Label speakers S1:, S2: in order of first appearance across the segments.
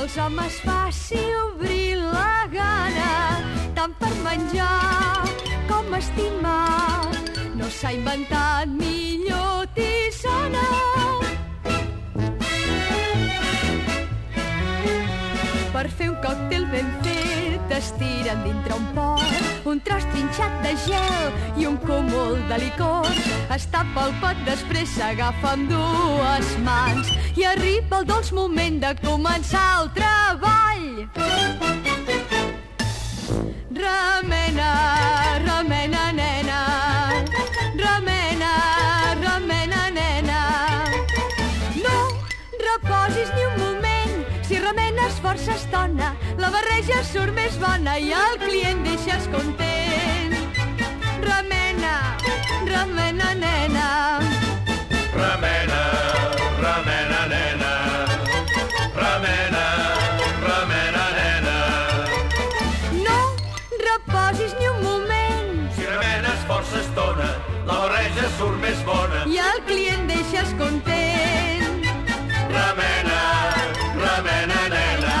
S1: als homes faci obrir la gana, tant per menjar com estimar. No s'ha inventat millor tisana. Per fer un còctel ben fet estiren dintre un pot un tros trinxat de gel i un cúmul de licor. Es tapa el pot, després s'agafa amb dues mans i arriba el dolç moment de començar el treball. Remena, remena, nena, remena, remena, nena. No reposis ni un moment, si remenes força estona, la barreja surt més bona i el client deixes content. Remena, remena, nena,
S2: Remena, remena, nena. Remena, remena, nena.
S1: no reposis ni un moment,
S2: Si remenes força estona, la barreja surt més bona.
S1: i el client deixes content.
S2: Remena, remena, nena.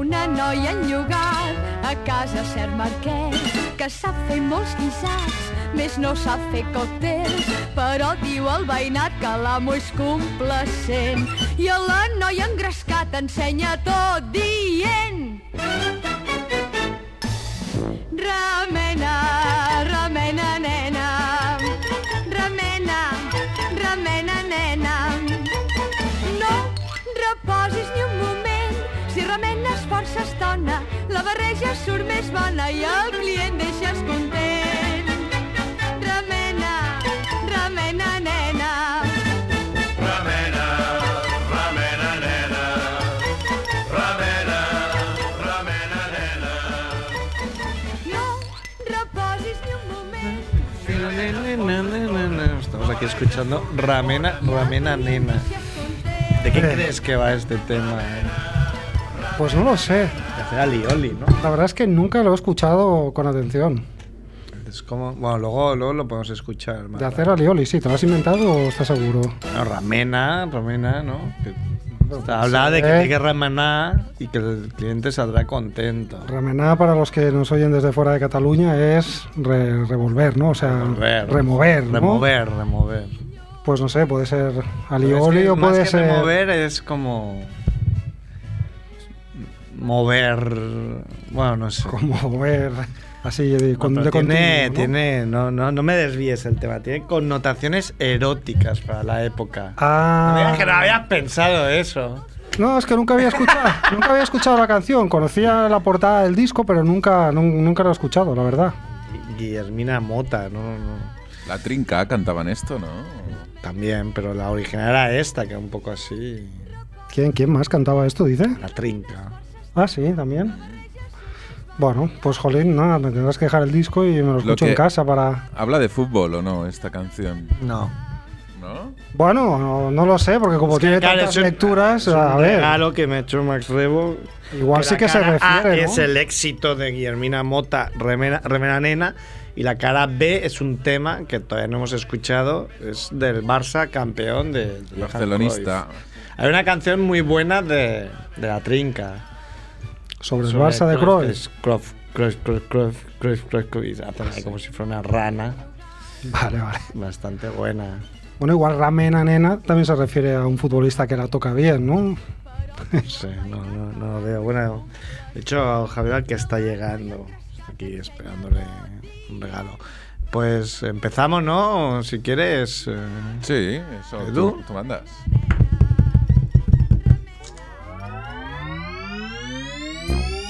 S1: Una noia enllogat a casa cert marquès que sap fer molts guisats, més no sap fer còctels, però diu al veïnat que l'amo és complacent i a la noia engrescat ensenya tot dient Remena, remena, nena, remena, remena, nena. No reposis ni un moment, si remenes força estona, la barreja surt més bona i el client deixes content. Remena, remena, nena,
S2: Remena, remena, nena. Remena, remena, nena.
S1: no reposis ni un moment.
S3: Estamos aquí escuchando Ramena, Ramena Nena.
S1: Deixes content.
S3: ¿De qué
S4: Hombre.
S3: crees que va este tema? eh?
S4: Pues no lo sé.
S3: De hacer alioli, ¿no?
S4: La verdad es que nunca lo he escuchado con atención.
S3: Es como... Bueno, luego, luego lo podemos escuchar. más
S4: De hacer alioli, sí, ¿te lo has inventado o estás seguro?
S3: Bueno, ramena, ramena, ¿no? Que- Está- hablaba de que
S4: ¿eh?
S3: hay que ramenar y que el cliente saldrá contento.
S4: Ramená, para los que nos oyen desde fuera de Cataluña, es re- revolver, ¿no? O sea,
S3: Remover.
S4: remover, ¿no?
S3: Remover, remover.
S4: Pues no sé, puede ser
S3: Pero
S4: alioli
S3: es que
S4: o
S3: más
S4: puede
S3: que
S4: ser...
S3: remover es como... Mover... Bueno, no sé.
S4: Como ver, así de,
S3: No,
S4: con-
S3: pero
S4: de
S3: tiene,
S4: continuo, ¿no?
S3: tiene, no, no, no me desvíes el tema, tiene connotaciones eróticas para la época. No me digas que no
S4: Ah,
S3: habías pensado eso.
S4: no, es que nunca había escuchado, nunca había escuchado la canción. Conocía la portada del disco, pero nunca, nun- nunca lo he escuchado, la verdad.
S3: Guillermina Mota, no, no.
S5: La trinca cantaban esto, ¿no?
S3: También, pero la original era esta, que era un poco así.
S4: ¿Quién, quién más cantaba esto, dice?
S3: La trinca.
S4: Ah, sí, también. Bueno, pues jolín, nada, me tendrás que dejar el disco y me lo escucho
S5: que-
S4: en casa para...
S5: ¿Habla de fútbol o no esta canción?
S3: No.
S5: ¿No?
S4: Bueno, no, no lo sé, porque como tiene tantas lecturas, a ver,
S3: Claro que me ha hecho Max Rebo.
S4: igual
S3: Que
S4: sí
S3: la
S4: que se
S3: cara A
S4: refiere,
S3: Es
S4: ¿no?
S3: el éxito de Guillermina Mota, Remena, Remena Nena. Y la cara B es un tema que todavía no hemos escuchado. Es del Barça, campeón de. de Johan
S5: Barcelonista.
S3: Cruyff. Hay una canción muy buena de, de la trinca.
S4: Sobre el
S3: Sobre
S4: Barça de
S3: Cruyff,
S4: Cruyff.
S3: Cruyff, Cruyff, Cruyff, Cruyff, Cruyff, Cruyff, Cruyff. Hacen ahí como si fuera una rana.
S4: Vale, vale.
S3: Bastante buena.
S4: Bueno, igual Ramena Nena también se refiere a un futbolista que la toca bien, ¿no?
S3: No sé, no, no, no lo veo. Bueno, de hecho, Javier, que está llegando, está aquí esperándole un regalo. Pues empezamos, ¿no? Si quieres. eh,
S5: Sí, eso.
S3: ¿Edu?
S5: Tú, tú mandas.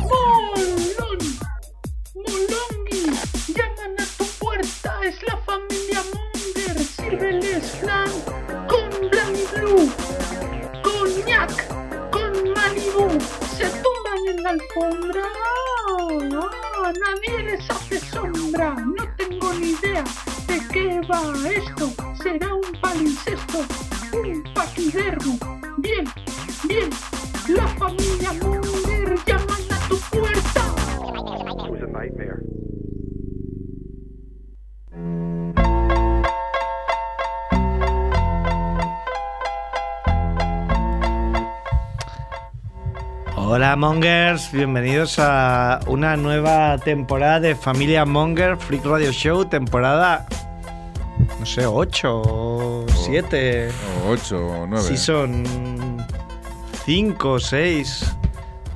S6: Molón, Molongi, llaman a tu puerta, es la familia Munger, sírveles flan con Blanc Blue, coñac, con Malibu, se tumban en la alfombra, Ah, nadie les hace sombra, no tengo ni idea de qué va esto, será un palincesto, un paquidermo, bien, bien, la familia Munger llaman a tu puerta.
S7: It was a nightmare.
S3: Hola Mongers, bienvenidos a una nueva temporada de Familia Monger Freak Radio Show, temporada, no sé, 8 o 7.
S5: O ocho o nueve.
S3: Si son 5 6,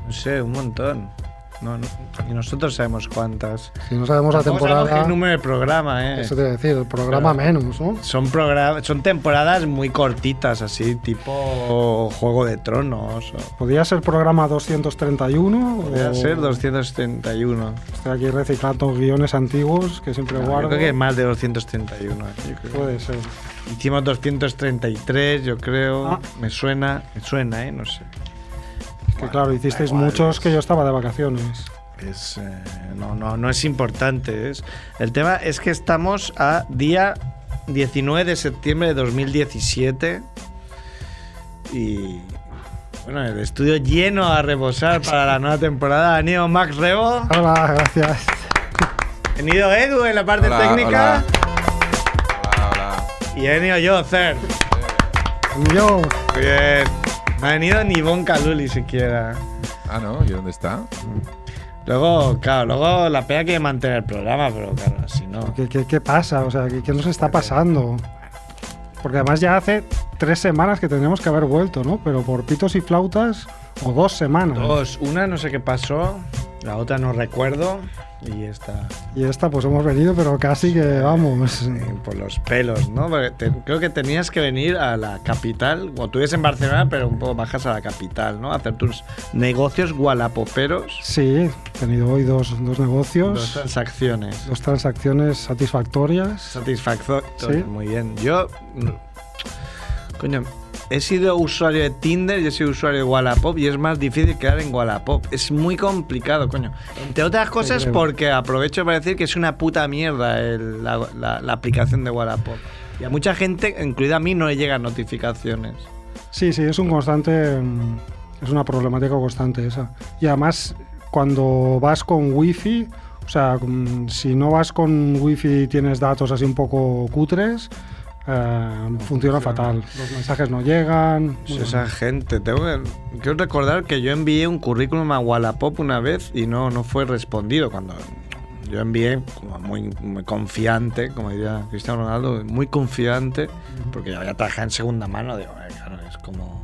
S3: no sé, un montón. No, no, y nosotros sabemos cuántas.
S4: Si no sabemos la
S3: Tampoco sabemos
S4: temporada,
S3: qué número de programa, eh.
S4: eso te iba a decir, el programa menos, ¿no?
S3: Son, progra- son temporadas muy cortitas, así, tipo Juego de Tronos. o-
S4: Podría ser programa 231.
S3: Podría
S4: o-
S3: ser 231.
S4: Estoy aquí reciclando guiones antiguos que siempre
S3: Ah, Yo
S4: guardo.
S3: creo que más de 231. eh, yo creo.
S4: Puede ser.
S3: Hicimos 233, yo creo.
S4: Ah.
S3: Me suena, me suena, ¿eh? No sé.
S4: Que
S3: Bueno,
S4: claro,
S3: da
S4: hicisteis
S3: igual,
S4: muchos
S3: es-
S4: que yo estaba de vacaciones.
S3: es, eh, no, no, no es importante. es- el tema es que estamos a día 19 de septiembre de 2017 y bueno, el estudio lleno a rebosar para la nueva temporada. Ha venido Max Rebo, ha
S4: Hola, gracias.
S3: venido Edu en la parte
S5: Hola,
S3: técnica
S5: hola. Hola, hola.
S3: y he venido yo, Cer.
S4: Y Yo,
S3: Bien. No ha venido ni Bon Caluli siquiera.
S5: Ah, no, ¿y dónde está?
S3: Luego, claro, luego la pena que mantener el programa, pero claro, si no.
S4: ¿qué, qué, qué pasa? O sea, ¿qué, qué nos está pasando? Porque además ya hace tres semanas que tendríamos que haber vuelto, ¿no? Pero por pitos y flautas, o dos semanas.
S3: Dos, una no sé qué pasó, la otra no recuerdo y esta
S4: Y esta, pues hemos venido, pero casi que vamos.
S3: eh, por los pelos, ¿no? Porque te- creo que tenías que venir a la capital, o tú vives en Barcelona, pero un poco bajas a la capital, ¿no? A hacer tus negocios gualapoperos,
S4: Sí, he tenido hoy dos, dos
S3: dos
S4: negocios, dos,
S3: transacciones.
S4: transacciones satisfactorias.
S3: Satisfactorio.
S4: Sí.
S3: Muy bien. Yo. mm, Coño, he sido usuario de Tinder, yo soy usuario de Wallapop y es más difícil quedar en Wallapop. Es muy complicado, coño. Entre otras cosas,
S4: creo.
S3: porque aprovecho para decir que es una puta mierda el- la, la- la aplicación de Wallapop. Y a mucha gente, incluida a mí, no le llegan notificaciones.
S4: Sí, sí, es un constante. mm, Es una problemática constante esa. Y además, cuando vas con wifi, o sea, con- si no vas con wifi y tienes datos así un poco cutres, eh, funciona, fatal. Los mensajes no llegan.
S3: Sí,
S4: bueno.
S3: esa gente, tengo que, quiero recordar que yo envié un currículum a Wallapop una vez y no, no fue respondido cuando yo envié como muy, muy confiante, como diría Cristiano Ronaldo, muy confiante, porque ya había trabajado en segunda mano, digo, "Eh, claro, es como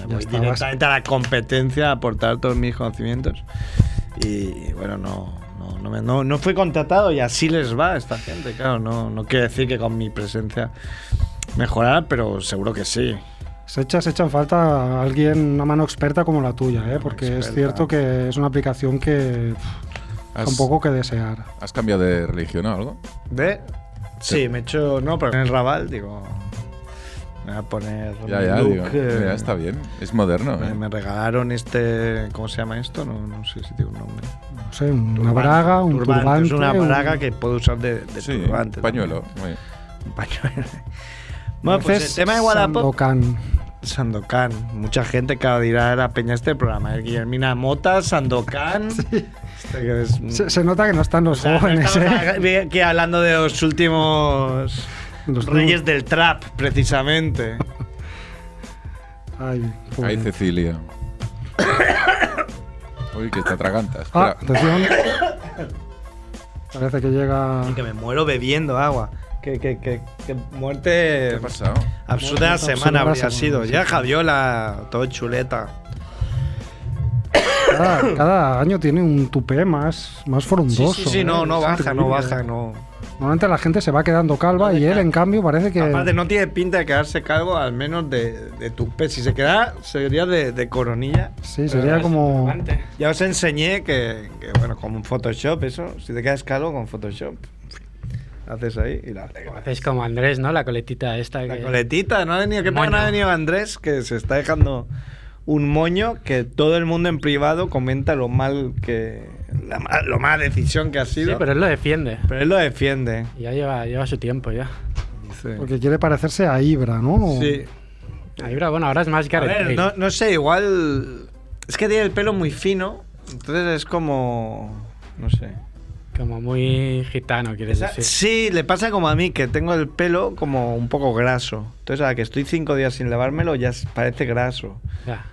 S3: me voy
S4: estabas.
S3: directamente a la competencia a aportar todos mis conocimientos y, bueno, no, no, no, me- no- no fui contratado y así les va a esta gente, claro, no, no quiere decir que con mi presencia mejorar, pero seguro que sí.
S4: Se echa, se echa en falta a alguien, una mano experta como la tuya, ¿eh? porque es
S3: experta.
S4: cierto que es una aplicación que pff,
S5: ¿Has,
S4: da un poco que desear.
S5: ¿Has cambiado de religión o algo?
S3: ¿De? Sí, me he hecho. No, pero en el Raval, digo. Me voy a poner.
S5: Ya,
S3: mi
S5: ya,
S3: look,
S5: digo.
S3: eh,
S5: Mira, está bien. Es moderno,
S3: Me,
S5: ¿eh?
S3: me regalaron este. ¿Cómo se llama esto? No, no sé si tiene un nombre.
S4: No sé, una
S3: Turbante.
S4: braga, un turbante.
S3: Es una
S4: un-
S3: braga que puedo usar de, de
S5: Sí,
S3: turbante. ¿no?
S5: pañuelo. muy bien.
S3: Un pañuelo. Bueno, pues
S4: Entonces,
S3: el tema de Wallapop.
S4: Sandokan.
S3: Sandokan. Mucha gente, claro, dirá la peña este programa. ¿eh? Guillermina Mota, Sandokan. Este que es-
S4: Se, se nota que no están los
S3: O sea, no
S4: jóvenes,
S3: estamos
S4: ¿eh?
S3: a- aquí hablando de los últimos
S4: Los
S3: reyes del trap, precisamente.
S4: Ay, pobre.
S5: Ay, Cecilia. Uy, que te atragantas.
S4: Ah,
S5: Espera.
S4: atención. Parece que llega.
S3: que me muero bebiendo agua. Que, que, que, que muerte
S5: ¿Qué ha pasado?
S3: absurda de la
S4: Muerte
S3: semana
S4: absurda de la
S3: habría
S4: semana,
S3: sido.
S4: sí.
S3: Ya Javiola, todo chuleta.
S4: Cada, cada año tiene un tupé más, más
S3: Sí,
S4: frondoso.
S3: sí, sí,
S4: ¿eh?
S3: no, no
S4: Es
S3: baja, no
S4: increíble.
S3: baja, no.
S4: Normalmente la gente se va quedando calva
S3: No,
S4: y él,
S3: deja.
S4: en cambio, parece que.
S3: Aparte, no tiene pinta de quedarse calvo, al menos de, de tupe. Si se queda, sería de, de coronilla.
S4: Sí, sería como.
S3: Ya os enseñé que, que, bueno, con Photoshop, eso. Si te quedas calvo con Photoshop, haces ahí y la arreglas.
S7: Haces como Andrés, ¿no? La coletita esta.
S3: La
S7: que-
S3: coletita, no ha venido. Qué pena no ha
S7: Eh, Moño.
S3: venido Andrés, que se está dejando un moño que todo el mundo en privado comenta lo mal que. la ma- lo mala decisión que ha
S7: Sí,
S3: sido.
S7: pero él lo defiende.
S3: pero él lo defiende.
S7: Ya lleva, lleva su tiempo ya.
S3: Dice.
S4: Porque quiere parecerse a Ibra, ¿no?
S3: Sí.
S7: Ahí, pero bueno, ahora es más
S3: A
S7: Gareth
S3: ver,
S7: Bale.
S3: no, no sé, igual. Es que tiene el pelo muy fino, entonces es como. No sé.
S7: Como muy gitano, quieres
S3: Esa-
S7: decir.
S3: sí, le pasa como a mí, que tengo el pelo como un poco graso. Entonces, a la que estoy cinco días sin lavármelo, ya s- parece graso.
S7: Ya.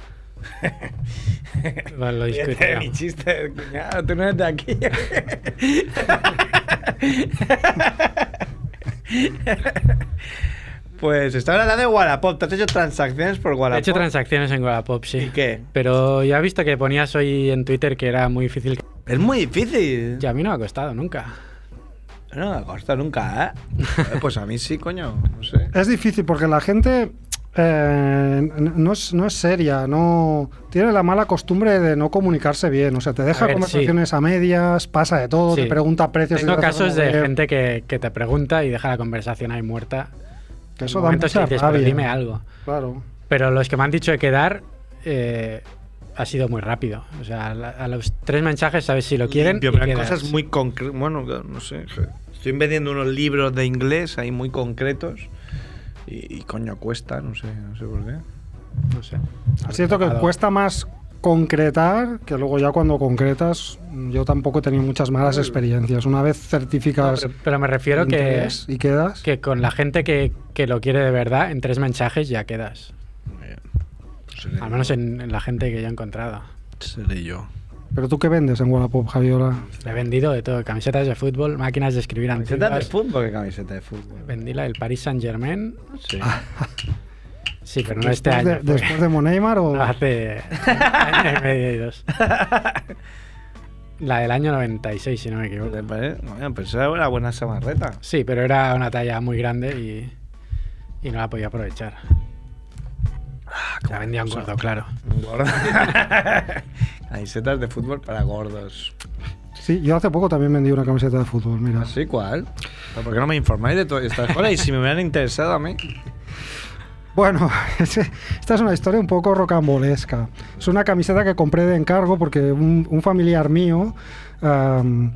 S7: Bueno, lo
S3: Ríete de Este mi
S7: discutiremos.
S3: chiste, cuñado, tú no eres de aquí. pues estaba hablando de Wallapop. ¿Te has hecho transacciones por
S7: He
S3: Wallapop?
S7: hecho transacciones en Wallapop, sí.
S3: ¿Y qué?
S7: Pero ya he visto que ponías hoy en Twitter que era muy difícil.
S3: Es muy difícil.
S7: Y a mí no me ha costado nunca.
S3: No me costa nunca, ¿eh? Joder, pues a mí sí, coño. No sé.
S4: Es difícil porque la gente eh, n- no, es, no es seria, no tiene la mala costumbre de no comunicarse bien. O sea, te deja
S7: A ver,
S4: conversaciones a medias, pasa de todo,
S7: Sí.
S4: te pregunta precios. y
S7: Tengo
S4: te hace
S7: casos
S4: como
S7: de
S4: que-
S7: gente que, que te pregunta y deja la conversación ahí muerta.
S4: que eso
S7: En
S4: da
S7: momentos que
S4: mucha
S7: dices, "Pero
S4: rabia".
S7: dime algo.
S4: Claro.
S7: Pero los que me han dicho de quedar eh, ha sido muy rápido. O sea, a, la- a los tres mensajes sabes si lo quieren.
S3: Limpio,
S7: y
S3: pero hay
S7: quedas.
S3: cosas muy concretas. Bueno, no sé. joder. Estoy vendiendo unos libros de inglés ahí muy concretos. Y, y coño, cuesta, no sé, no sé por qué.
S7: No sé.
S4: Es cierto que
S7: Tocado.
S4: cuesta más concretar, que luego ya cuando concretas, yo tampoco he tenido muchas malas experiencias. Una vez
S7: No,
S4: certificas
S7: pero, pero me refiero que,
S4: interés y quedas,
S7: que con la gente que, que lo quiere de verdad, en tres mensajes ya quedas.
S3: Pues Seré,
S7: Al menos en, en la gente que yo he encontrado.
S3: seré yo.
S4: pero tú qué vendes en Wallapop, Javiola?
S7: Le he vendido de todo: camisetas de fútbol, máquinas de escribir
S3: ¿Camiseta de
S7: antiguas.
S3: fútbol? ¿Qué camiseta de fútbol?
S7: Vendí la del Paris Saint Germain.
S3: Sí.
S7: Sí, pero no este
S4: ¿Después
S7: año. Ah.
S4: de,
S7: porque-
S4: después de Moneymar o
S7: No, hace año y medio y dos. La del año 96, si no me equivoco.
S3: ¿Te parece? Bueno, pues era una buena samarreta.
S7: Sí, pero era una talla muy grande y, y no la podía aprovechar. La vendía un gordo, claro.
S3: Gordo. Camisetas de fútbol para gordos.
S4: sí, yo hace poco también vendí una camiseta de fútbol, mira.
S3: ¿Así Ah, cuál? ¿Pero ¿Por qué no me informáis de todas estas cosas? Y si me hubieran interesado a mí.
S4: Bueno, ese- esta es una historia un poco rocambolesca. Es una camiseta que compré de encargo porque un, un familiar mío, am,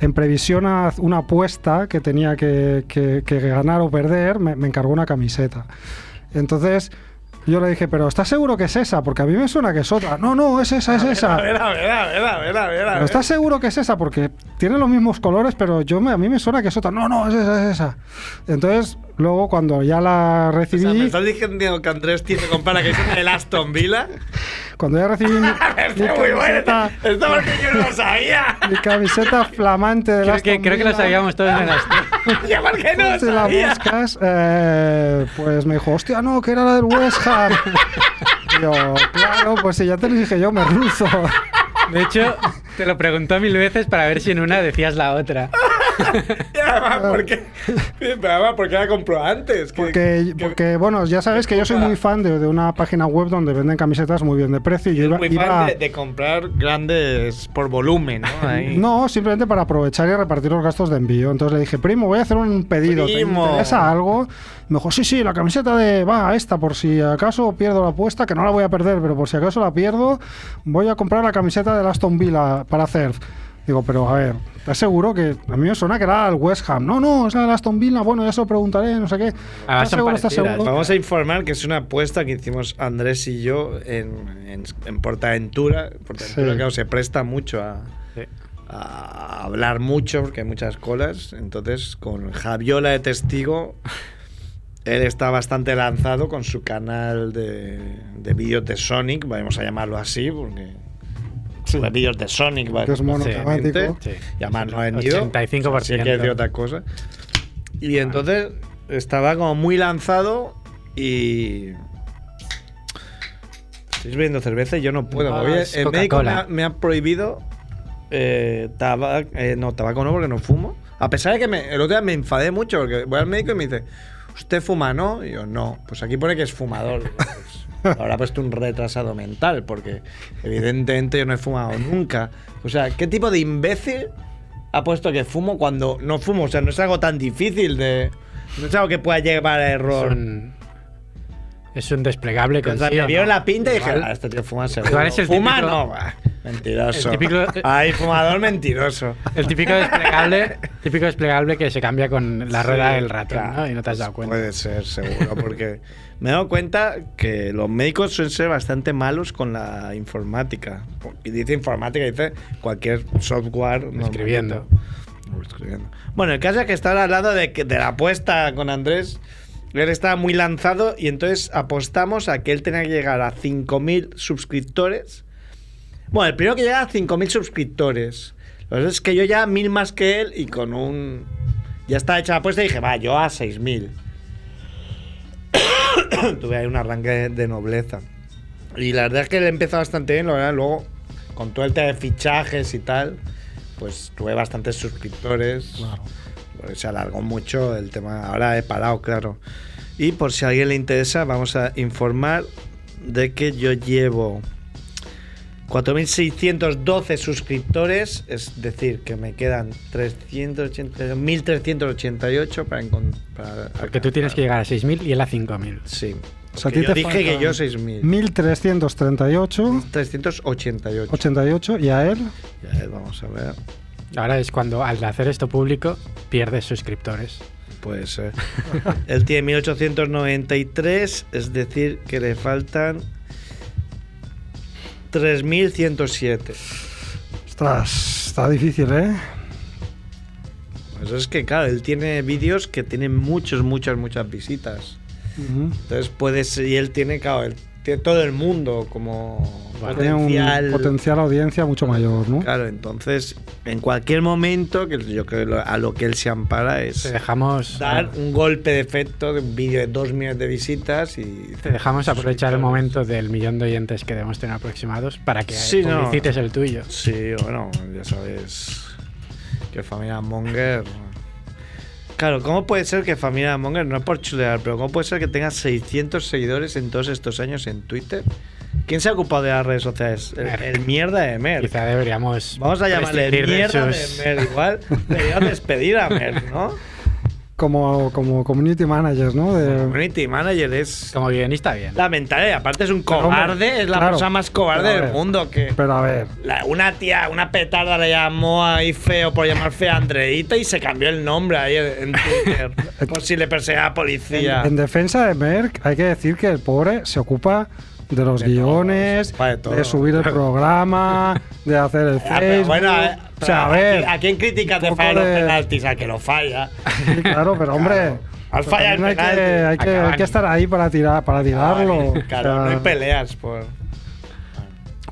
S4: en previsión a una apuesta que tenía que, que- que ganar o perder, me, me encargó una camiseta. Entonces yo le dije, pero ¿estás seguro que es esa? Porque a mí me suena que es otra. No, no, es esa, es esa.
S3: a ver, a ver, a ver, a ver.
S4: Pero ¿Estás seguro que es esa? Porque tiene los mismos colores, pero yo me- a mí me suena que es otra. No, no, es esa, es esa. Entonces, luego cuando ya la
S3: O
S4: recibí...
S3: sea, ¿me estás diciendo que Andrés tiene que comprar la camiseta del Aston Villa?
S4: Cuando ya recibí mi, mi
S3: Muy bueno.
S4: camiseta,
S3: Esto porque yo no lo sabía.
S4: mi camiseta flamante de
S7: Creo que, creo que lo sabíamos todos en las
S3: ¿Ya por qué no lo
S4: Si Pues Este, la
S3: sabía?
S4: buscas, eh, pues me dijo, hostia, no, que era la del West Ham. Y Yo, claro, pues si ya te lo dije yo, me ruso.
S7: De hecho, te lo preguntó mil veces para ver si en una decías la otra.
S3: Y además, ¿por qué? Pero además, ¿por qué la compró antes? Que-
S4: Porque,
S3: que-
S4: porque bueno, ya sabes que yo soy muy fan de, de una página web donde venden camisetas muy bien de precio. Y yo iba,
S3: muy
S4: iba-
S3: fan de, de comprar grandes por volumen, ¿no? Ahí.
S4: No, simplemente para aprovechar y repartir los gastos de envío. Entonces le dije, primo, voy a hacer un pedido. ¿Te
S3: Primo.
S4: interesa algo? Me dijo, sí, sí, la camiseta de. Va, esta, por si acaso pierdo la apuesta, que no la voy a perder, pero por si acaso la pierdo, voy a comprar la camiseta de Aston Villa para hacer. Digo, pero a ver, te aseguro que a mí me suena que era el West Ham. No, no, es la de Aston Villa. Bueno, ya se lo preguntaré, no sé qué.
S7: Además
S4: ¿Estás
S7: Ah, son
S4: seguro? ¿Estás
S7: parecidas,
S4: seguro?
S3: Vamos a informar que es una apuesta que hicimos Andrés y yo en, en, en Portaventura. Portaventura,
S4: Sí.
S3: claro, se presta mucho a,
S7: Sí.
S3: a hablar mucho porque hay muchas colas. Entonces, con Javiola de testigo, él está bastante lanzado con su canal de, de vídeos de Sonic, vamos a llamarlo así, porque sube vídeos de Sonic,
S4: Que es mono
S7: Sí.
S4: temático.
S7: Sí.
S3: ya más no ha vendido.
S7: 85%.
S3: Así que hay que decir otra cosa. Y entonces estaba como muy lanzado y. Estoy bebiendo cerveza y yo no puedo.
S7: No,
S3: Oye,
S7: es
S3: el médico me
S7: Coca-Cola.
S3: ha, me ha prohibido eh, tabaco. no, tabaco no, porque no fumo. A pesar de que me- el otro día me enfadé mucho, porque voy al médico y me dice: ¿Usted fuma, no? Y yo, no. Pues aquí pone que es fumador. Digo, pues, Habrá puesto un retrasado mental, porque evidentemente yo no he fumado nunca. O sea, ¿qué tipo de imbécil ha puesto que fumo cuando no fumo? O sea, no es algo tan difícil de. No es algo que pueda llevar a
S7: Es
S3: error.
S7: un, es un desplegable que
S3: O sea,
S7: sí o
S3: me
S7: no.
S3: vieron la pinta y dije,
S7: Igual-
S3: "Ah, este tío fuma seguro.
S7: Igual es el
S3: ¿Fuma?
S7: típico-
S3: No, bah, mentiroso.
S7: El típico- eh,
S3: Ay, fumador mentiroso.
S7: El típico desplegable, típico desplegable que se cambia con la rueda del ratón,
S3: Claro, pues
S7: ¿no? Y no te has dado cuenta.
S3: Puede ser, seguro, porque me he dado cuenta que los médicos suelen ser bastante malos con la informática. Y dice informática, dice cualquier software. normalito.
S7: Escribiendo.
S3: escribiendo. Bueno, el caso es que estaba hablando de, que- de la apuesta con Andrés. Él estaba muy lanzado y entonces apostamos a que él tenía que llegar a 5.000 suscriptores. Bueno, el primero que llega a 5.000 suscriptores. Lo que pasa es que yo ya mil más que él y con un... Ya estaba hecha la apuesta y dije, va, yo a 6.000. Tuve ahí un arranque de nobleza. Y la verdad es que le empezó bastante bien, la verdad. Luego, con todo el tema de fichajes y tal, pues tuve bastantes suscriptores. Porque Se alargó mucho el tema. Ahora he parado, claro. Y por si a alguien le interesa, vamos a informar de que yo llevo 4.612 suscriptores, es decir, que me quedan 380 1.388 para encontrar.
S7: Porque tú tienes que llegar a 6.000 y él a 5.000.
S3: Sí.
S4: O sea, a
S3: Porque
S4: ti
S3: yo
S4: te
S3: dije que
S4: faltan
S3: yo 6.000.
S4: 1338,
S3: 388.
S4: 88 y a él.
S3: Ya, eh, vamos a ver.
S7: Ahora es cuando al hacer esto público pierdes suscriptores.
S3: Puede ser. Él tiene 1893, es decir, que le faltan 3107.
S4: Ostras, está difícil, ¿eh?
S3: Pues es que, claro, él tiene vídeos que tienen muchos, muchas, muchas visitas.
S4: Ujú.
S3: Entonces puede ser, y él tiene, claro, él tiene todo el mundo como
S7: Vale.
S4: Tiene
S3: potencial.
S4: un potencial audiencia mucho mayor, ¿no?
S3: Claro, entonces, en cualquier momento, que yo creo que lo- a lo que él se ampara es
S7: Te dejamos,
S3: dar un golpe de efecto de un vídeo de dos millones de visitas y
S7: te dejamos aprovechar el momento del millón de oyentes que debemos tener aproximados para que
S3: Sí, no.
S7: publicites el tuyo.
S3: Sí, bueno, ya sabes que Familia Monger. Claro, ¿cómo puede ser que Familia Monger, no es por chulear, pero ¿cómo puede ser que tenga 600 seguidores en todos estos años en Twitter? ¿Quién se ha ocupado de las redes sociales? El,
S7: Merck.
S3: el mierda de Merck.
S7: Quizá deberíamos.
S3: Vamos a llamarle
S7: prescindir de
S3: mierda
S7: sus-
S3: de Merck, igual. Debería despedir a Merck, ¿no?
S4: Como, como community managers, ¿no? De,
S3: Community Manager es
S7: Como guionista, bien.
S3: lamentable, aparte es un
S4: hombre,
S3: cobarde, es la
S4: claro.
S3: persona más cobarde
S4: Pero a
S3: del
S4: ver,
S3: mundo que...
S4: pero a ver,
S3: La- una tía, una petarda le llamó ahí feo por llamar fea a Andreita y se cambió el nombre ahí en en Twitter. por si le perseguía a la policía.
S4: en defensa de Merck hay que decir que el pobre se ocupa de los
S3: De todo, se
S4: guiones,
S3: ocupa de
S4: de,
S3: todo.
S4: subir el programa, de hacer el
S3: Ah, pero
S4: Facebook.
S3: bueno, eh,
S4: o sea, a
S3: ¿a
S4: ver,
S3: quién- ¿a quién critica te
S4: poco
S3: falla los
S4: de-
S3: penaltis? Al que lo falla.
S4: sí, claro, pero hombre,
S3: Al
S4: pero
S3: fallar
S4: también hay, que,
S3: penalti.
S4: hay, que, hay
S7: Acabani.
S4: que estar ahí para tirar, para tirarlo.
S3: Ay, Claro,
S4: O
S3: no
S4: sea,
S3: hay peleas por.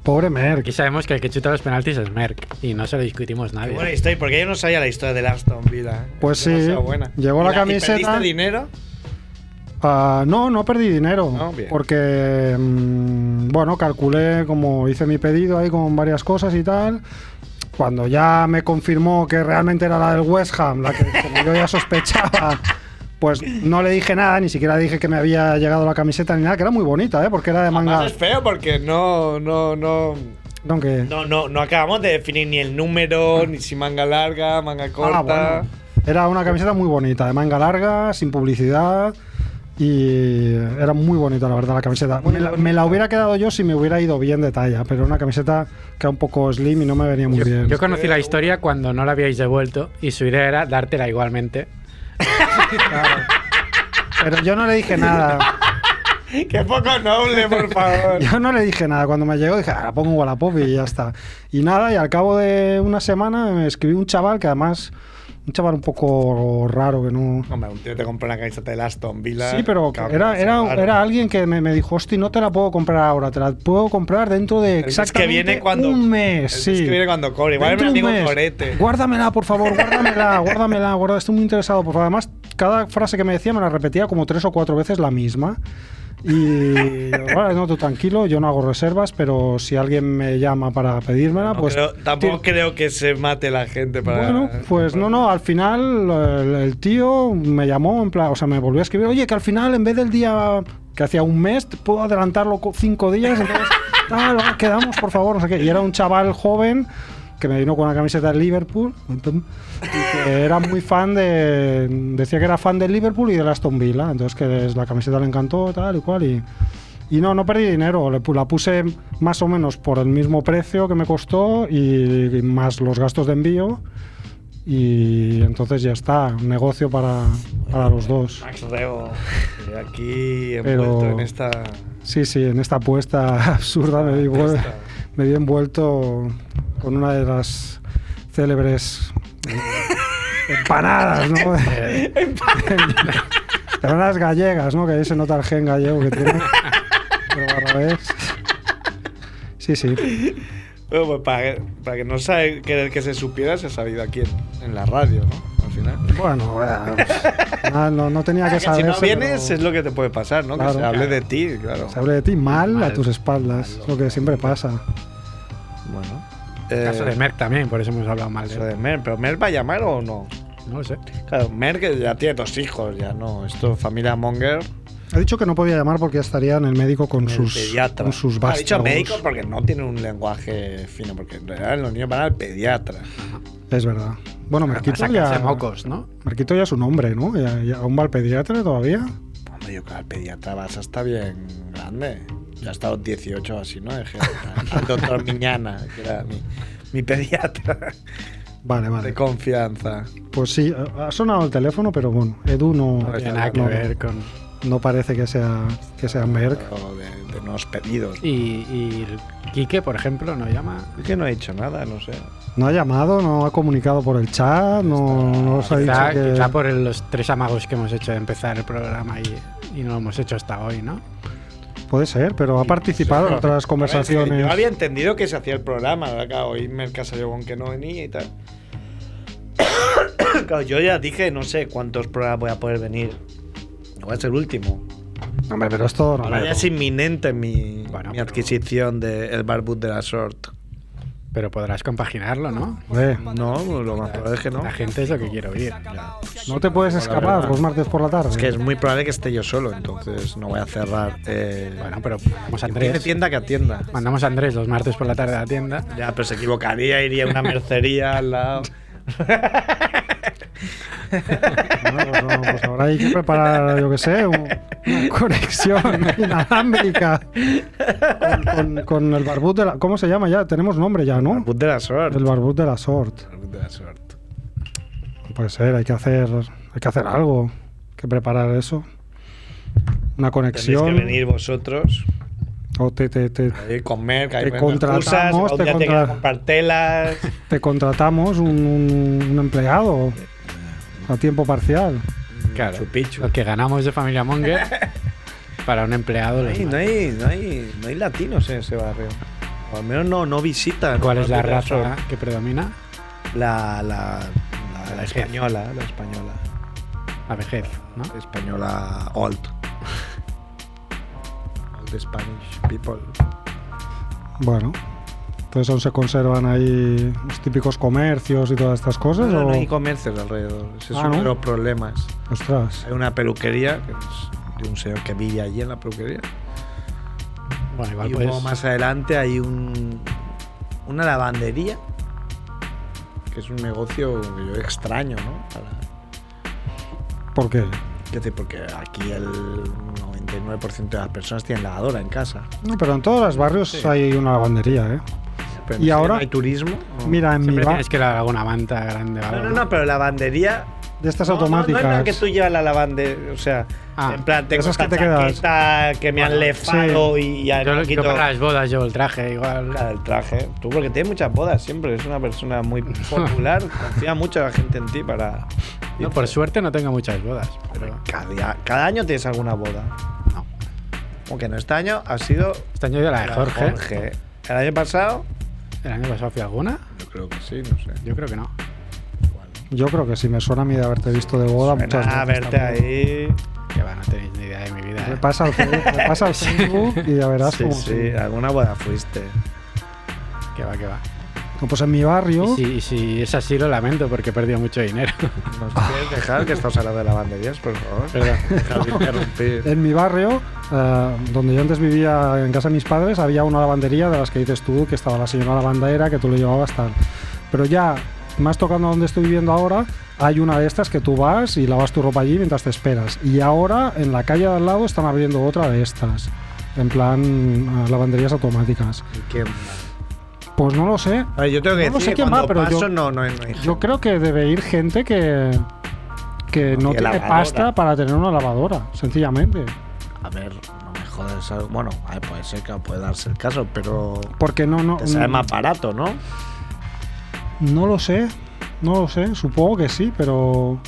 S4: pobre
S7: Aquí
S4: Merck.
S7: sabemos que el que chuta los penaltis es Merck y no se lo discutimos
S3: Qué
S7: nadie.
S3: buena historia, porque yo no sabía la historia del Aston Villa. ¿eh?
S4: Pues
S3: Es
S4: sí,
S3: demasiado buena.
S4: llegó la
S3: ¿Y y
S4: camiseta.
S3: ¿Perdiste dinero?
S4: Ah, no, no perdí dinero.
S3: No, Ah, bien.
S4: Porque, mm, bueno, calculé como hice mi pedido ahí con varias cosas y tal. Cuando ya me confirmó que realmente era la del West Ham, la que como yo ya sospechaba, pues no le dije nada, ni siquiera dije que me había llegado la camiseta ni nada, que era muy bonita, ¿eh? porque era de manga.
S3: Además es feo porque no, no, no,
S4: No, que-
S3: no, no, no acabamos de definir ni el número, ni si manga larga, manga corta.
S4: Ah, bueno. Era una camiseta muy bonita, de manga larga, sin publicidad. Y era muy bonita, la verdad, la camiseta. Me la, me la hubiera quedado yo si me hubiera ido bien de talla, pero era una camiseta que era un poco slim y no me venía muy bien.
S7: Yo conocí la historia cuando no la habíais devuelto y su idea era dártela igualmente.
S4: Pero yo no le dije nada.
S3: Qué poco noble, por favor.
S4: Yo no le dije nada. Cuando me llegó dije, ah, la pongo en Wallapop y ya está. Y nada, y al cabo de una semana me escribí un chaval que además, un chaval un poco raro que no...
S3: Hombre, un tío te compró una camiseta del Aston Villa.
S4: Sí, pero
S3: cabrón,
S4: era, era,
S3: claro.
S4: era alguien que me, me dijo, hosti, no te la puedo comprar ahora, te la puedo comprar dentro de
S3: El mes que
S4: exactamente
S3: viene cuando.
S4: un mes.
S3: el
S4: sí.
S3: que viene cuando cobre. Igual me
S4: Dentro
S3: la
S4: de
S3: digo
S4: un mes.
S3: corete.
S4: Guárdamela, por favor, guárdamela, guárdamela, guarda, estoy muy interesado, por favor. Además, cada frase que me decía me la repetía como tres o cuatro veces la misma. Y yo, vale, no, tú tranquilo, yo no hago reservas, pero si alguien me llama para pedírmela,
S3: No
S4: pues
S3: creo- tampoco creo que se mate la gente para.
S4: bueno, pues no, no, al final el, el tío me llamó, en plan, o sea, me volvió a escribir, oye, que al final en vez del día que hacía un mes, te puedo adelantarlo co- cinco días, entonces, tal, ah, quedamos, por favor, no sé qué. Y era un chaval joven que me vino con una camiseta de Liverpool, entonces, y que era muy fan de, decía que era fan del Liverpool y del Aston Villa, entonces que es- la camiseta le encantó, tal y cual, y... Y no, no perdí dinero, le pu- la puse más o menos por el mismo precio que me costó y, y más los gastos de envío. Y entonces ya está, un negocio para, para los dos.
S3: Max Rebo. eh, Aquí
S4: Pero-
S3: envuelto en esta.
S4: Sí, sí, en esta apuesta absurda me vi, envuel-
S3: Esta.
S4: me vi envuelto con una de las ah, célebres eh, empanadas, ¿no? De, Eran las gallegas, ¿no? Que ahí se nota el gen gallego que tiene. Pero al revés. Sí, sí.
S3: Bueno, pues para, que- para que no sabe que, que se supiera, se ha sabido aquí en, en la radio, ¿no? Al final.
S4: Bueno, eh, pues, nada, no, no tenía que
S3: Que si
S4: saber.
S3: no vienes es lo que te puede pasar, ¿no? que
S4: Claro.
S3: se hable de ti, claro.
S4: Se habla de ti mal,
S7: Mal.
S4: a tus espaldas. Es lo que siempre pasa.
S3: Bueno.
S7: Caso de Merck también, por eso hemos hablado mal de
S3: Eh. Eso
S7: él.
S3: de Mer, pero Mer va a llamar o no?
S7: No lo sé.
S3: Claro, Mer que ya tiene dos hijos, ya no. Esto, familia Monger,
S4: Ha dicho que no podía llamar porque ya estaría en el médico con
S3: el
S4: sus,
S3: pediatra.
S4: con sus
S3: ha dicho
S4: vástagos.
S3: médico porque no tiene un lenguaje fino, porque en realidad los niños van al pediatra.
S4: Es verdad. Bueno,
S7: Para
S4: Marquito
S7: sacarse
S4: ya,
S7: mocos, ¿no?
S4: Marquito ya es un hombre, ¿no? Ya, ya- ¿Aún va al pediatra todavía?
S3: Hombre, yo creo que al pediatra vas hasta bien grande. Yo hasta los 18 o así, ¿no? Dejé al doctor Miñana, que era mi, mi pediatra
S4: Vale,
S3: de
S4: vale.
S3: confianza.
S4: Pues sí, ha sonado el teléfono, pero bueno, Edu no,
S7: No tiene nada que
S4: no,
S7: ver con.
S4: no parece que sea, que sea Merck.
S3: O de, de unos pedidos.
S7: Y, y el Quique, por ejemplo, no llama.
S3: Es que no he dicho nada, no sé.
S4: No ha llamado, no ha comunicado por el chat, no, no os ha dicho
S7: Quizá,
S4: que...
S7: quizá por el- los tres amagos que hemos hecho de empezar el programa y, y no lo hemos hecho hasta hoy, ¿no?
S4: Puede ser, pero ha participado en otras
S3: A ver, es que
S4: conversaciones.
S3: Eh, Yo había entendido que se hacía el programa, ahora claro, hoy Merca salió con que no venía y tal. claro, yo ya dije, no sé cuántos programas voy a poder venir. No va a ser el último.
S4: Hombre, pero esto... no,
S3: Ahora ya
S4: no.
S3: es inminente mi,
S7: Bueno,
S3: mi
S7: pero-
S3: adquisición del el barbut de la sort.
S7: Pero podrás compaginarlo, ¿no?
S4: Hombre,
S3: No, pues lo más probable es que no.
S7: La gente es lo que quiero oír.
S4: no te puedes escapar
S3: verdad.
S4: los martes por la tarde.
S3: Es que es muy probable que esté yo solo, entonces no voy a cerrar. eh,
S7: Bueno, pero vamos a
S3: tiene
S7: Andrés.
S3: tienda que atienda.
S7: Mandamos a Andrés los martes por la tarde a la tienda.
S3: Ya, pero se equivocaría, iría a una mercería al lado.
S4: Bueno, pues, no, pues ahora hay que preparar, yo qué sé, un- una conexión inalámbrica con, con- con el barbut de la... ¿Cómo se llama ya? Tenemos nombre ya, ¿no?
S3: Barbut de la sort.
S4: El barbut de la sort.
S3: Barbut de la sort.
S4: Puede ser, hay que hacer, hay que hacer algo, hay que preparar eso.
S3: Tenéis que
S4: Una conexión.
S3: venir vosotros
S4: O te, te- te-
S3: ahí con Merck, ahí
S4: Te
S3: ponen
S4: contratamos,
S3: excusas, o un
S4: te
S3: día
S4: contra-
S3: que comprar telas.
S4: te contratamos un, un- un empleado a tiempo parcial.
S7: Claro.
S3: Chupichu.
S7: Lo que ganamos de Familia Monger para un empleado.
S3: No
S7: los
S3: hay, no,
S7: martes.
S3: hay, no, hay, no hay latinos en ese barrio. O al menos no, no visitan.
S7: ¿Cuál es la
S3: Barbut de
S7: raza
S3: Sort.
S7: que predomina?
S3: La, la, la- la
S7: La vejez.
S3: española, la española.
S7: La vejez, ¿no?
S3: La española old. Old Spanish people.
S4: Bueno, entonces aún se conservan ahí los típicos comercios y todas estas
S3: No,
S4: cosas.
S3: no,
S4: o-
S3: no hay comercios alrededor. Ese es
S4: Ah,
S3: uno
S4: ¿no?
S3: de los problemas.
S4: Ostras,
S3: Hay una peluquería que es de un señor que vive allí en la peluquería.
S7: Bueno, igual
S3: Y un poco
S7: pues.
S3: más adelante hay un, una lavandería, que es un negocio que yo extraño, ¿no? Para-
S4: ¿por qué?
S3: es decir, porque aquí el 99% de las personas tienen lavadora en casa.
S4: No, pero en todos los barrios hay una lavandería, ¿eh?
S3: Pero
S4: ¿Y
S3: no sé,
S4: ahora?
S3: ¿no hay turismo? No.
S4: Mira, en mi
S7: Siempre
S4: ba-
S7: tienes que dar alguna manta grande. o
S3: No,
S7: algo,
S3: no, no, pero lavandería...
S4: de estas
S3: No, no,
S4: automáticas.
S3: No, es la que tú llevas la lavandería, o sea...
S7: Ah,
S3: en plan, tengo
S4: esas que
S3: esta
S4: te quedas.
S3: chaqueta que me han
S4: Bueno,
S3: lefado y ya
S7: Yo,
S3: no
S7: lo- yo
S3: quito
S7: para las bodas llevo el traje, igual.
S3: la del traje. Tú porque tienes muchas bodas siempre, es una persona muy popular, confía mucho la gente en ti para...
S7: No, por suerte no tengo muchas bodas, pero
S3: Cada, cada año tienes alguna boda.
S7: no.
S3: Aunque no, este año ha sido
S7: Este año de la de
S3: la
S7: Jorge.
S3: El año pasado.
S7: ¿El año pasado fui a alguna?
S3: Yo creo que sí, no sé.
S7: Yo creo que no.
S4: Yo creo que sí, me suena a mí de haberte visto de boda muchas veces.
S3: a verte
S4: también.
S3: ahí.
S7: Que va, no tenéis ni idea de mi vida. ¿eh?
S4: Repasa el, Facebook- repasa el Facebook y ya verás
S3: Sí,
S4: cómo
S3: sí, alguna boda fuiste.
S7: Que va, que va.
S4: No, pues en mi barrio,
S7: Y si, y si es así, lo lamento porque he perdido mucho dinero.
S3: ¿Nos
S4: Ah.
S3: quieres dejar que estamos hablando de lavanderías, por favor?
S7: Perdón.
S3: Deja de interrumpir.
S4: en mi barrio, eh, donde yo antes vivía en casa de mis padres, había una lavandería de las que dices tú, que estaba la señora lavandera, que tú lo llevabas tal. Pero ya, más tocando donde estoy viviendo ahora, hay una de estas que tú vas y lavas tu ropa allí mientras te esperas. Y ahora, en la calle de al lado, están abriendo otra de estas. En plan, eh, lavanderías automáticas.
S3: ¿Quién?
S4: Pues no lo sé,
S3: A ver, yo tengo que
S4: No lo
S3: decir
S4: sé
S3: que
S4: quién
S3: cuando
S4: va, pero
S3: paso
S4: yo-
S3: no, no, no hay
S4: Yo creo que debe ir gente que, que no,
S3: tiene
S4: tiene
S3: lavadora.
S4: pasta para tener una lavadora, sencillamente.
S3: A ver, no me jodas. ¿sabes? Bueno, a ver, puede ser que puede darse el caso, pero...
S4: Porque no, mm, no,
S3: Te sale más barato, ¿no?
S4: no lo sé, no lo sé, supongo que sí, pero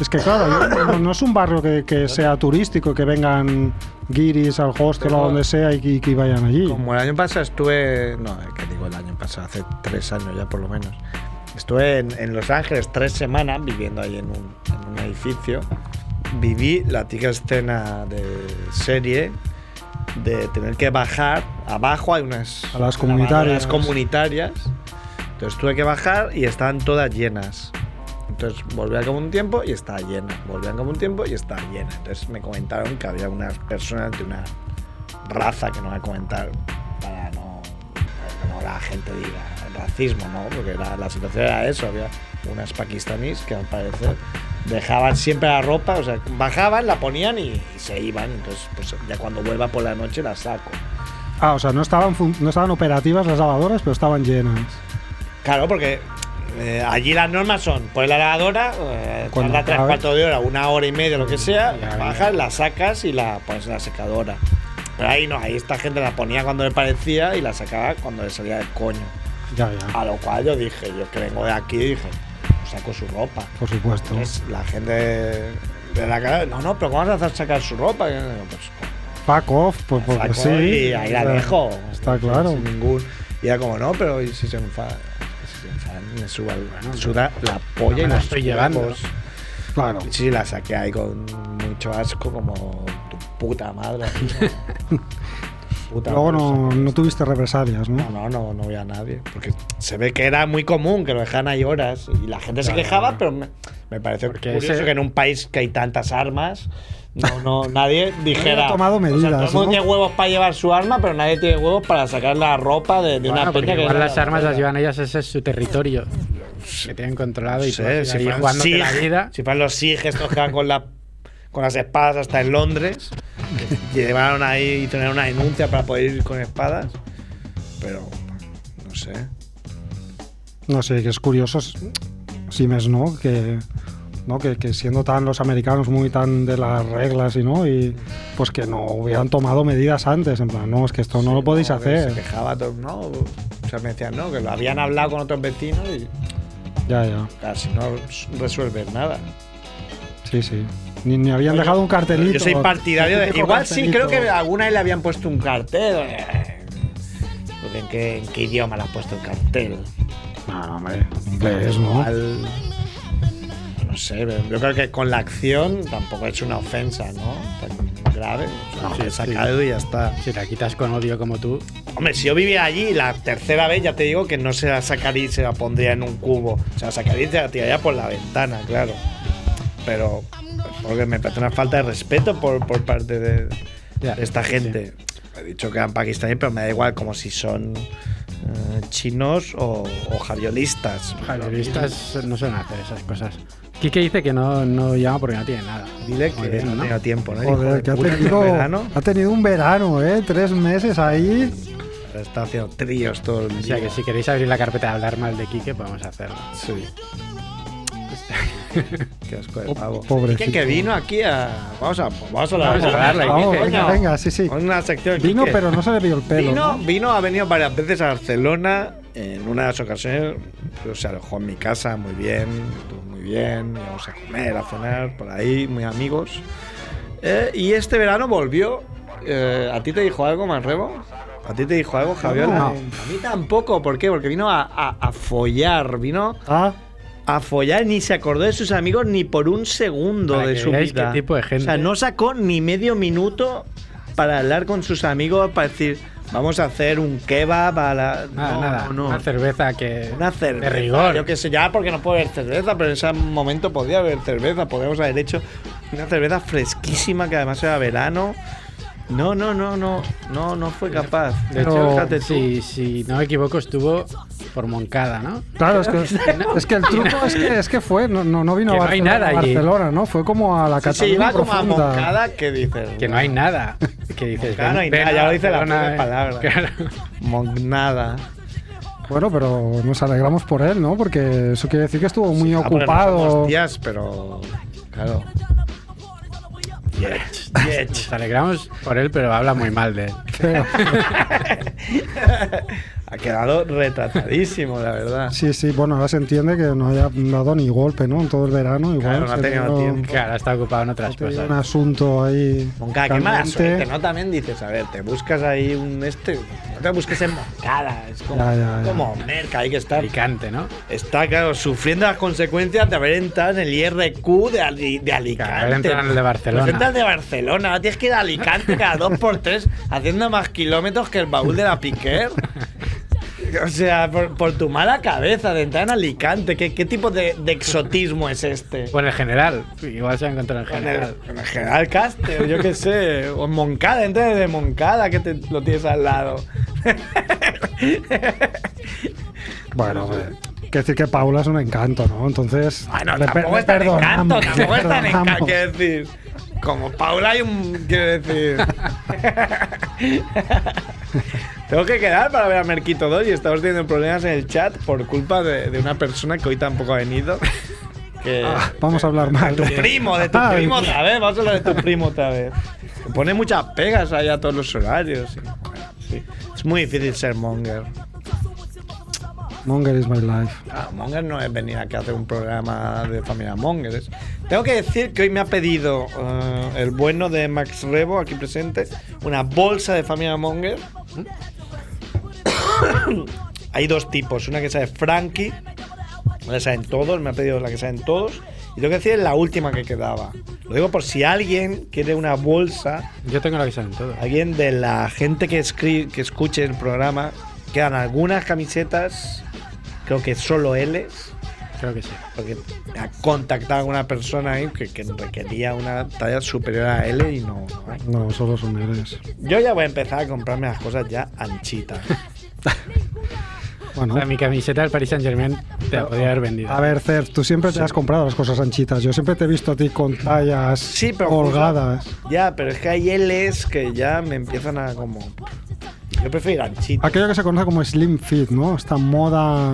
S4: Es que claro, yo- no, no es un barrio que, que sea turístico, que vengan guiris al hostel o a donde sea y, que- que vayan allí.
S3: Como el año pasado estuve. No, eh, que digo el año pasado, hace tres años ya por lo menos. Estuve en, en Los Ángeles tres semanas viviendo ahí en un, en un edificio. Viví la típica escena de serie de tener que bajar. Abajo hay unas.
S4: A las
S3: lavadoras
S4: comunitarias.
S3: comunitarias. Entonces tuve que bajar y estaban todas llenas. Entonces volví a cabo un tiempo y estaba llena. Volví a cabo un tiempo y estaba llena. Entonces me comentaron que había unas personas de una raza que no voy a comentar para no, para que no la gente diga racismo, ¿no? Porque la, la situación era eso, había unas pakistaníes que al parecer dejaban siempre la ropa, o sea, bajaban, la ponían y, y se iban, entonces pues ya cuando vuelva por la noche la saco.
S4: Ah, o sea, no estaban, fun- no estaban operativas las lavadoras, pero estaban llenas.
S3: Claro, porque eh, allí las normas son poner la lavadora, eh,
S4: Cuando
S3: tarda tres
S4: acabe.
S3: cuartos de hora, una hora y media, lo que sea,
S7: Ya, ya.
S3: bajas, la sacas y la pones en la secadora. Pero ahí no, ahí esta gente la ponía cuando le parecía y la sacaba cuando le salía del coño.
S4: Ya, ya.
S3: A lo cual yo dije, yo que vengo de aquí, dije, "Pues saco su ropa.
S4: Por supuesto.
S3: Entonces la gente de la cara, no, no, pero ¿cómo vas a hacer sacar su ropa? Y yo, Pues
S4: Fuck off, pues
S3: la
S4: porque
S3: saco
S4: sí.
S3: y ahí la
S4: O sea,
S3: dejo.
S4: Está
S3: Sin-
S4: claro.
S3: sin ningún. Y era como, no, pero ¿y si se enfada? Si se enfada, me suda, me suda la
S7: no me
S3: polla y
S7: la
S3: los
S7: estoy llevando.
S3: huevos.
S4: Claro.
S3: Sí, la saqué ahí con mucho asco, como tu puta madre. así, ¿no? Puta
S4: Luego
S3: madre,
S4: no,
S3: saqué
S4: no tuviste represalias,
S3: no, no,
S4: ¿no?
S3: no, no vi a nadie. Porque se ve que era muy común que lo dejaran ahí horas. Y la gente se
S7: Claro.
S3: quejaba, pero me, me pareció
S7: Porque
S3: curioso
S7: ese-
S3: que en un país que hay tantas armas, no, no, nadie dijera.
S4: ha tomado
S3: O sea, todo
S4: medidas,
S3: el mundo
S4: ¿no?
S3: tiene huevos para llevar su arma, pero nadie tiene huevos para sacar la ropa de, de una
S7: Bueno, porque
S3: peña que.
S7: igual
S3: era
S7: las
S3: la
S7: armas las
S3: bandera.
S7: llevan ellas, ese es su territorio. Que tienen controlado
S3: No
S7: y
S3: sé, si
S7: tú vas pues, ahí
S3: fueran
S7: jugándote
S3: Sig,
S7: la vida.
S3: Si fueran los SIG estos que van con, la, con las espadas hasta en Londres, que llevaron ahí y tener una denuncia para poder ir con espadas. Pero, no sé.
S4: No sé, que es curioso, es- si mes, ¿no? Que, ¿no? Que, que siendo tan los americanos muy tan de las reglas y no, y pues que no hubieran tomado medidas antes, en plan, no, es que esto no lo
S3: Sí,
S4: podéis
S3: no, que
S4: hacer.
S3: Se quejaba todo, ¿no? O sea, me decían, no, que lo habían hablado con otros vecinos y
S4: Ya, ya,
S3: casi no s- resuelven nada.
S4: sí, sí. Ni, ni habían dejado un cartelito.
S3: Yo soy partidario de.
S4: Típico
S3: Igual sí, creo que
S4: cartelito.
S3: alguna vez le habían puesto un cartel. eh, porque ¿En qué, en qué idioma le has puesto el cartel?
S4: No, hombre, inglés, ¿no?
S3: Igual- No sé, yo creo que con la acción tampoco es una ofensa, ¿no? Tan grave. O sea,
S7: Sí,
S3: he sacado y ya está.
S7: Si la quitas con odio como tú,
S3: Hombre, si yo viviera allí la tercera vez, ya te digo que no se la sacaría y se la pondría en un cubo. Se la sacaría y te la tiraría por la ventana, claro. Pero porque me parece una falta de respeto por, por parte de,
S7: Ya,
S3: de esta
S7: sí,
S3: gente. He dicho que eran pakistaníes, pero me da igual como si son eh, chinos o, o javiolistas.
S7: periodistas no suelen hacer esas cosas. Quique dice que no, no llama porque no tiene nada.
S3: Dile que
S7: Muy bien,
S3: no,
S7: ¿no?
S3: tengo tiempo, ¿no? Hijo de
S4: Joder, que ha
S3: puta, en
S4: tenido,
S3: verano,
S4: ha tenido un verano, ¿eh? Tres meses ahí.
S3: está haciendo tríos todo el
S7: O
S3: día.
S7: sea que si queréis abrir la carpeta de hablar mal de Quique, podemos hacerlo.
S3: Sí. Qué asco de
S4: Oh,
S3: pavo.
S4: pobrecito.
S3: Quique, que vino aquí a. Vamos a, vamos a hablar.
S7: Vamos a hablarle,
S4: Vamos,
S7: Quique.
S4: venga,
S3: Coño.
S4: venga, sí, sí.
S3: Con una sección.
S4: Vino,
S3: Quique.
S4: pero no se le vio el pelo.
S3: Vino,
S4: ¿no?
S3: vino, ha venido varias veces a Barcelona. En una de las ocasiones pues, se alojó en mi casa muy bien, todo muy bien. Íbamos a comer, a cenar, por ahí, muy amigos. Eh, y este verano volvió. Eh, ¿A ti te dijo algo, Manrebo? ¿A ti te dijo algo, Javier?
S4: No.
S3: A mí tampoco. ¿Por qué? Porque vino a, a- a follar. Vino
S4: Ah,
S3: a follar, ni se acordó de sus amigos ni por un segundo
S7: Para
S3: de
S7: que
S3: su
S7: veáis
S3: vida.
S7: qué tipo de
S3: O
S7: gente.
S3: sea, no sacó ni medio minuto para hablar con sus amigos, para decir, vamos a hacer un kebab a la...
S7: Nada,
S3: no,
S7: nada.
S3: no, no.
S7: Una cerveza que.
S3: Una cerveza.
S7: De rigor.
S3: Yo que sé, ya porque no puede haber cerveza, pero en ese momento podía haber cerveza. Podríamos haber hecho una cerveza fresquísima que además era verano. No, no, no, no, no, no fue capaz.
S7: De
S4: Pero-
S7: hecho,
S3: fíjate tú.
S7: si, si no me equivoco, estuvo por Moncada, ¿no?
S4: claro, es que, es que el truco es que, es que fue, no, no, no vino
S7: Que
S4: a
S7: no hay
S4: Barcelona,
S7: nada
S4: a
S7: allí.
S4: Barcelona, ¿no? Fue como a la
S3: Si se
S4: Cataluña
S3: iba como a
S4: profunda.
S3: moncada, ¿qué dices?
S7: Que no hay nada. Que dices,
S3: Moncada no hay nada, ya lo dice la propia palabra.
S7: Claro.
S3: Monada.
S4: Bueno, pero nos alegramos por él, ¿no? Porque eso quiere decir que estuvo muy
S3: Ah, porque no somos
S4: ocupado.
S3: tías, pero. Claro.
S7: Nos alegramos por él, pero habla muy mal de él.
S4: Pero-
S3: Ha quedado retratadísimo, la verdad.
S4: Sí, sí, bueno, ahora se entiende que no haya dado ni golpe, ¿no? En todo el verano, igual.
S3: Claro, no ha
S4: se
S3: tenido
S4: quedó-
S3: tiempo. Pues,
S7: Claro, está ocupado en otras
S4: ha tenido
S7: cosas.
S4: un asunto ahí.
S3: Moncada, qué mala
S4: candente.
S3: suerte, ¿no? También dices, a ver, te buscas ahí un este, no te busques en Moncada, es como,
S4: Ya, ya, ya.
S3: como merca, hay que estar,
S7: Picante, ¿no?
S3: está claro, sufriendo las consecuencias de haber entrado en el IRQ de, Ali- de Alicante.
S7: Claro, haber entrado en el de Barcelona.
S3: Pues entras de Barcelona, ahora tienes que ir a Alicante cada dos por tres, haciendo más kilómetros que el baúl de la Piquer. O sea, por, por tu mala cabeza de entrar en Alicante, ¿qué, qué tipo de, de exotismo es este?
S7: Bueno, el general. Igual se ha encontrado el
S3: En el,
S7: general.
S3: en el General Caster, yo qué sé. O en Moncada, entra desde Moncada que te lo tienes al lado.
S4: Bueno, eh, quiero decir que Paula es un encanto, ¿no? Entonces.
S3: Bueno,
S4: le per-
S3: Ah, tampoco
S4: le
S3: es tan encanto,
S4: perdonamos,
S3: tampoco
S4: le
S3: es tan encanto.
S4: perdonamos.
S3: Quiero decir, como Paula hay un. Quiero decir. Tengo que quedar para ver a Merquito 2 y estamos teniendo problemas en el chat por culpa de, de una persona que hoy tampoco ha venido. Que,
S4: Vamos a hablar mal.
S3: Tu primo, de tu
S4: Ay,
S3: primo otra vez. Vamos a hablar de tu primo otra vez. Que Pone muchas pegas ahí a todos los horarios. y, bueno, sí. Es muy difícil ser monger.
S4: Monger is my life.
S3: Ah, monger no es venir aquí a hacer un programa de familia monger. es- Tengo que decir que hoy me ha pedido eh, el bueno de Max Rebo, aquí presente, una bolsa de familia monger. Hay dos tipos, una que sabe Frankie, la que saben todos, me ha pedido la que saben todos. Y tengo que decir la última que quedaba. Lo digo por si alguien quiere una bolsa
S7: Yo tengo la que saben todo.
S3: alguien de la gente que, escri- que escuche el programa, quedan algunas camisetas, creo que solo L's,
S7: Creo que sí.
S3: porque ha contactado a alguna persona ahí que, que requería una talla superior a L y no, no hay.
S4: No, solo son eres.
S3: Yo ya voy a empezar a comprarme las cosas ya anchitas.
S4: Bueno. Ah.
S7: O sea, mi camiseta del Paris Saint Germain te la podía haber vendido.
S4: A ver, Cer, tú siempre te has comprado las cosas anchitas. Yo siempre te he visto a ti con tallas
S3: Sí, pero
S4: colgadas.
S3: Ya, pero es que hay L's que ya me empiezan a como... Yo prefiero ir anchita.
S4: Aquello que se conoce como Slim Fit, ¿no? Esta moda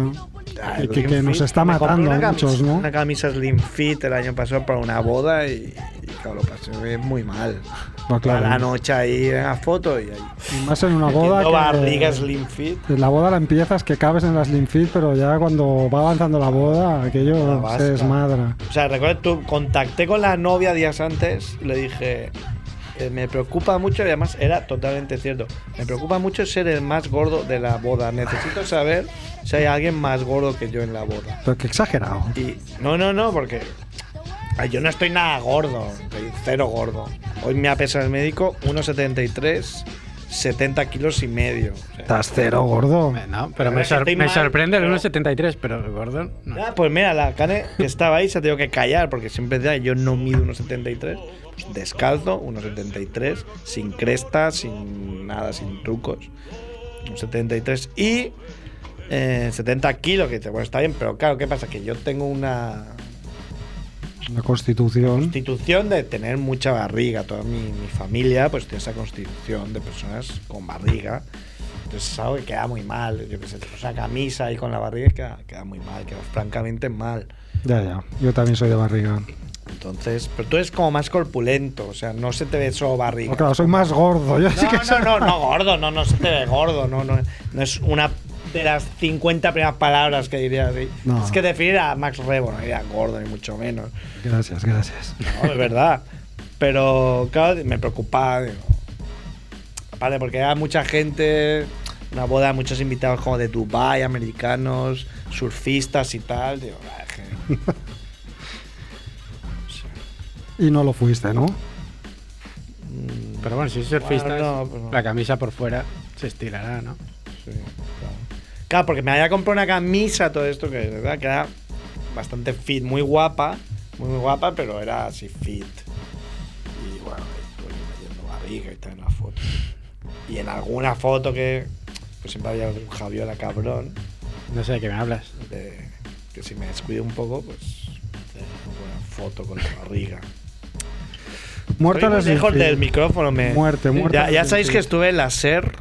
S3: Ah,
S4: que,
S3: el
S4: que- que
S3: Slim
S4: nos
S3: Fit.
S4: está
S3: Me compré
S4: matando
S3: una
S4: a
S3: camisa-
S4: muchos, ¿no?
S3: Una camisa Slim Fit el año pasado para una boda y, y claro, lo pasé muy mal.
S4: No, claro.
S3: A la noche ahí en la foto y ahí.
S4: Y Más en una boda.
S3: No
S4: que-
S3: barriga Slim Fit.
S4: en la boda la empiezas que cabes en la Slim Fit, pero ya cuando va avanzando la boda,
S3: Ah,
S4: aquello
S3: basta.
S4: se desmadra.
S3: O sea, recuerdo, tú contacté con la novia días antes y le dije, eh, me preocupa mucho, y además era totalmente cierto, me preocupa mucho ser el más gordo de la boda. Necesito saber si hay alguien más gordo que yo en la boda.
S4: Pero qué exagerado.
S3: Y no, no, no, porque ay, yo no estoy nada gordo, estoy cero gordo. Hoy me ha pesado el médico 1,73, 70 kilos y medio. O sea,
S4: Estás cero gordo.
S7: Eh, No, pero
S3: Ahora
S7: me,
S3: que
S7: sor-
S3: estoy
S7: me
S3: mal,
S7: sorprende el
S3: pero-
S7: 1,73, pero Gordon. No.
S3: Ah, pues mira, la Cane que estaba ahí se ha tenido que callar porque siempre decía que yo no mido 1,73. Pues descalzo, 1,73, sin cresta, sin nada, sin trucos. 1,73 y eh, 70 kilos, que dice, bueno, está bien, pero claro, ¿qué pasa? Que yo tengo una
S4: La constitución.
S3: constitución de tener mucha barriga. Toda mi, mi familia pues tiene esa constitución de personas con barriga. Entonces es algo que queda muy mal. Yo que sé, te pones una camisa ahí con la barriga y queda, queda muy mal, queda francamente mal.
S4: Ya, ya. Yo también soy de barriga.
S3: Entonces, pero tú eres como más corpulento, o sea, no se te ve solo barriga.
S4: No, claro, soy más gordo. Yo sí
S3: No,
S4: que soy-
S3: no, no, no, gordo, no, no se te ve gordo, no, no, no es una de las 50 primeras palabras que diría así.
S4: No.
S3: Es que definir a Max Rebo no era gordo, ni mucho menos.
S4: Gracias, gracias.
S3: No, es verdad. Pero, claro, me preocupaba. digo, Aparte, porque era mucha gente, una boda, muchos invitados como de Dubai, americanos, surfistas y tal. Digo, "Ah, es que-".
S4: Y no lo fuiste, ¿no?
S7: Pero bueno, si surfistas,
S3: Bueno, no, pues no.
S7: la camisa por fuera se estirará, ¿no?
S3: Sí, claro. Claro, porque me había comprado una camisa, todo esto, que, ¿verdad? que era bastante fit, muy guapa, muy, muy guapa, pero era así fit. Y bueno, estuve metiendo barriga y tal en la foto. Y en alguna foto que pues siempre había un Javiola cabrón,
S7: No sé de qué me hablas.
S3: de- que si me descuido un poco, pues hacer una buena foto con la barriga.
S4: Muerto
S3: Estoy muy
S4: les
S3: lejos del micrófono, me...
S4: Muerte, muerte.
S3: Ya, ya
S4: les
S3: sabéis que
S4: infeliz.
S3: estuve en la SER.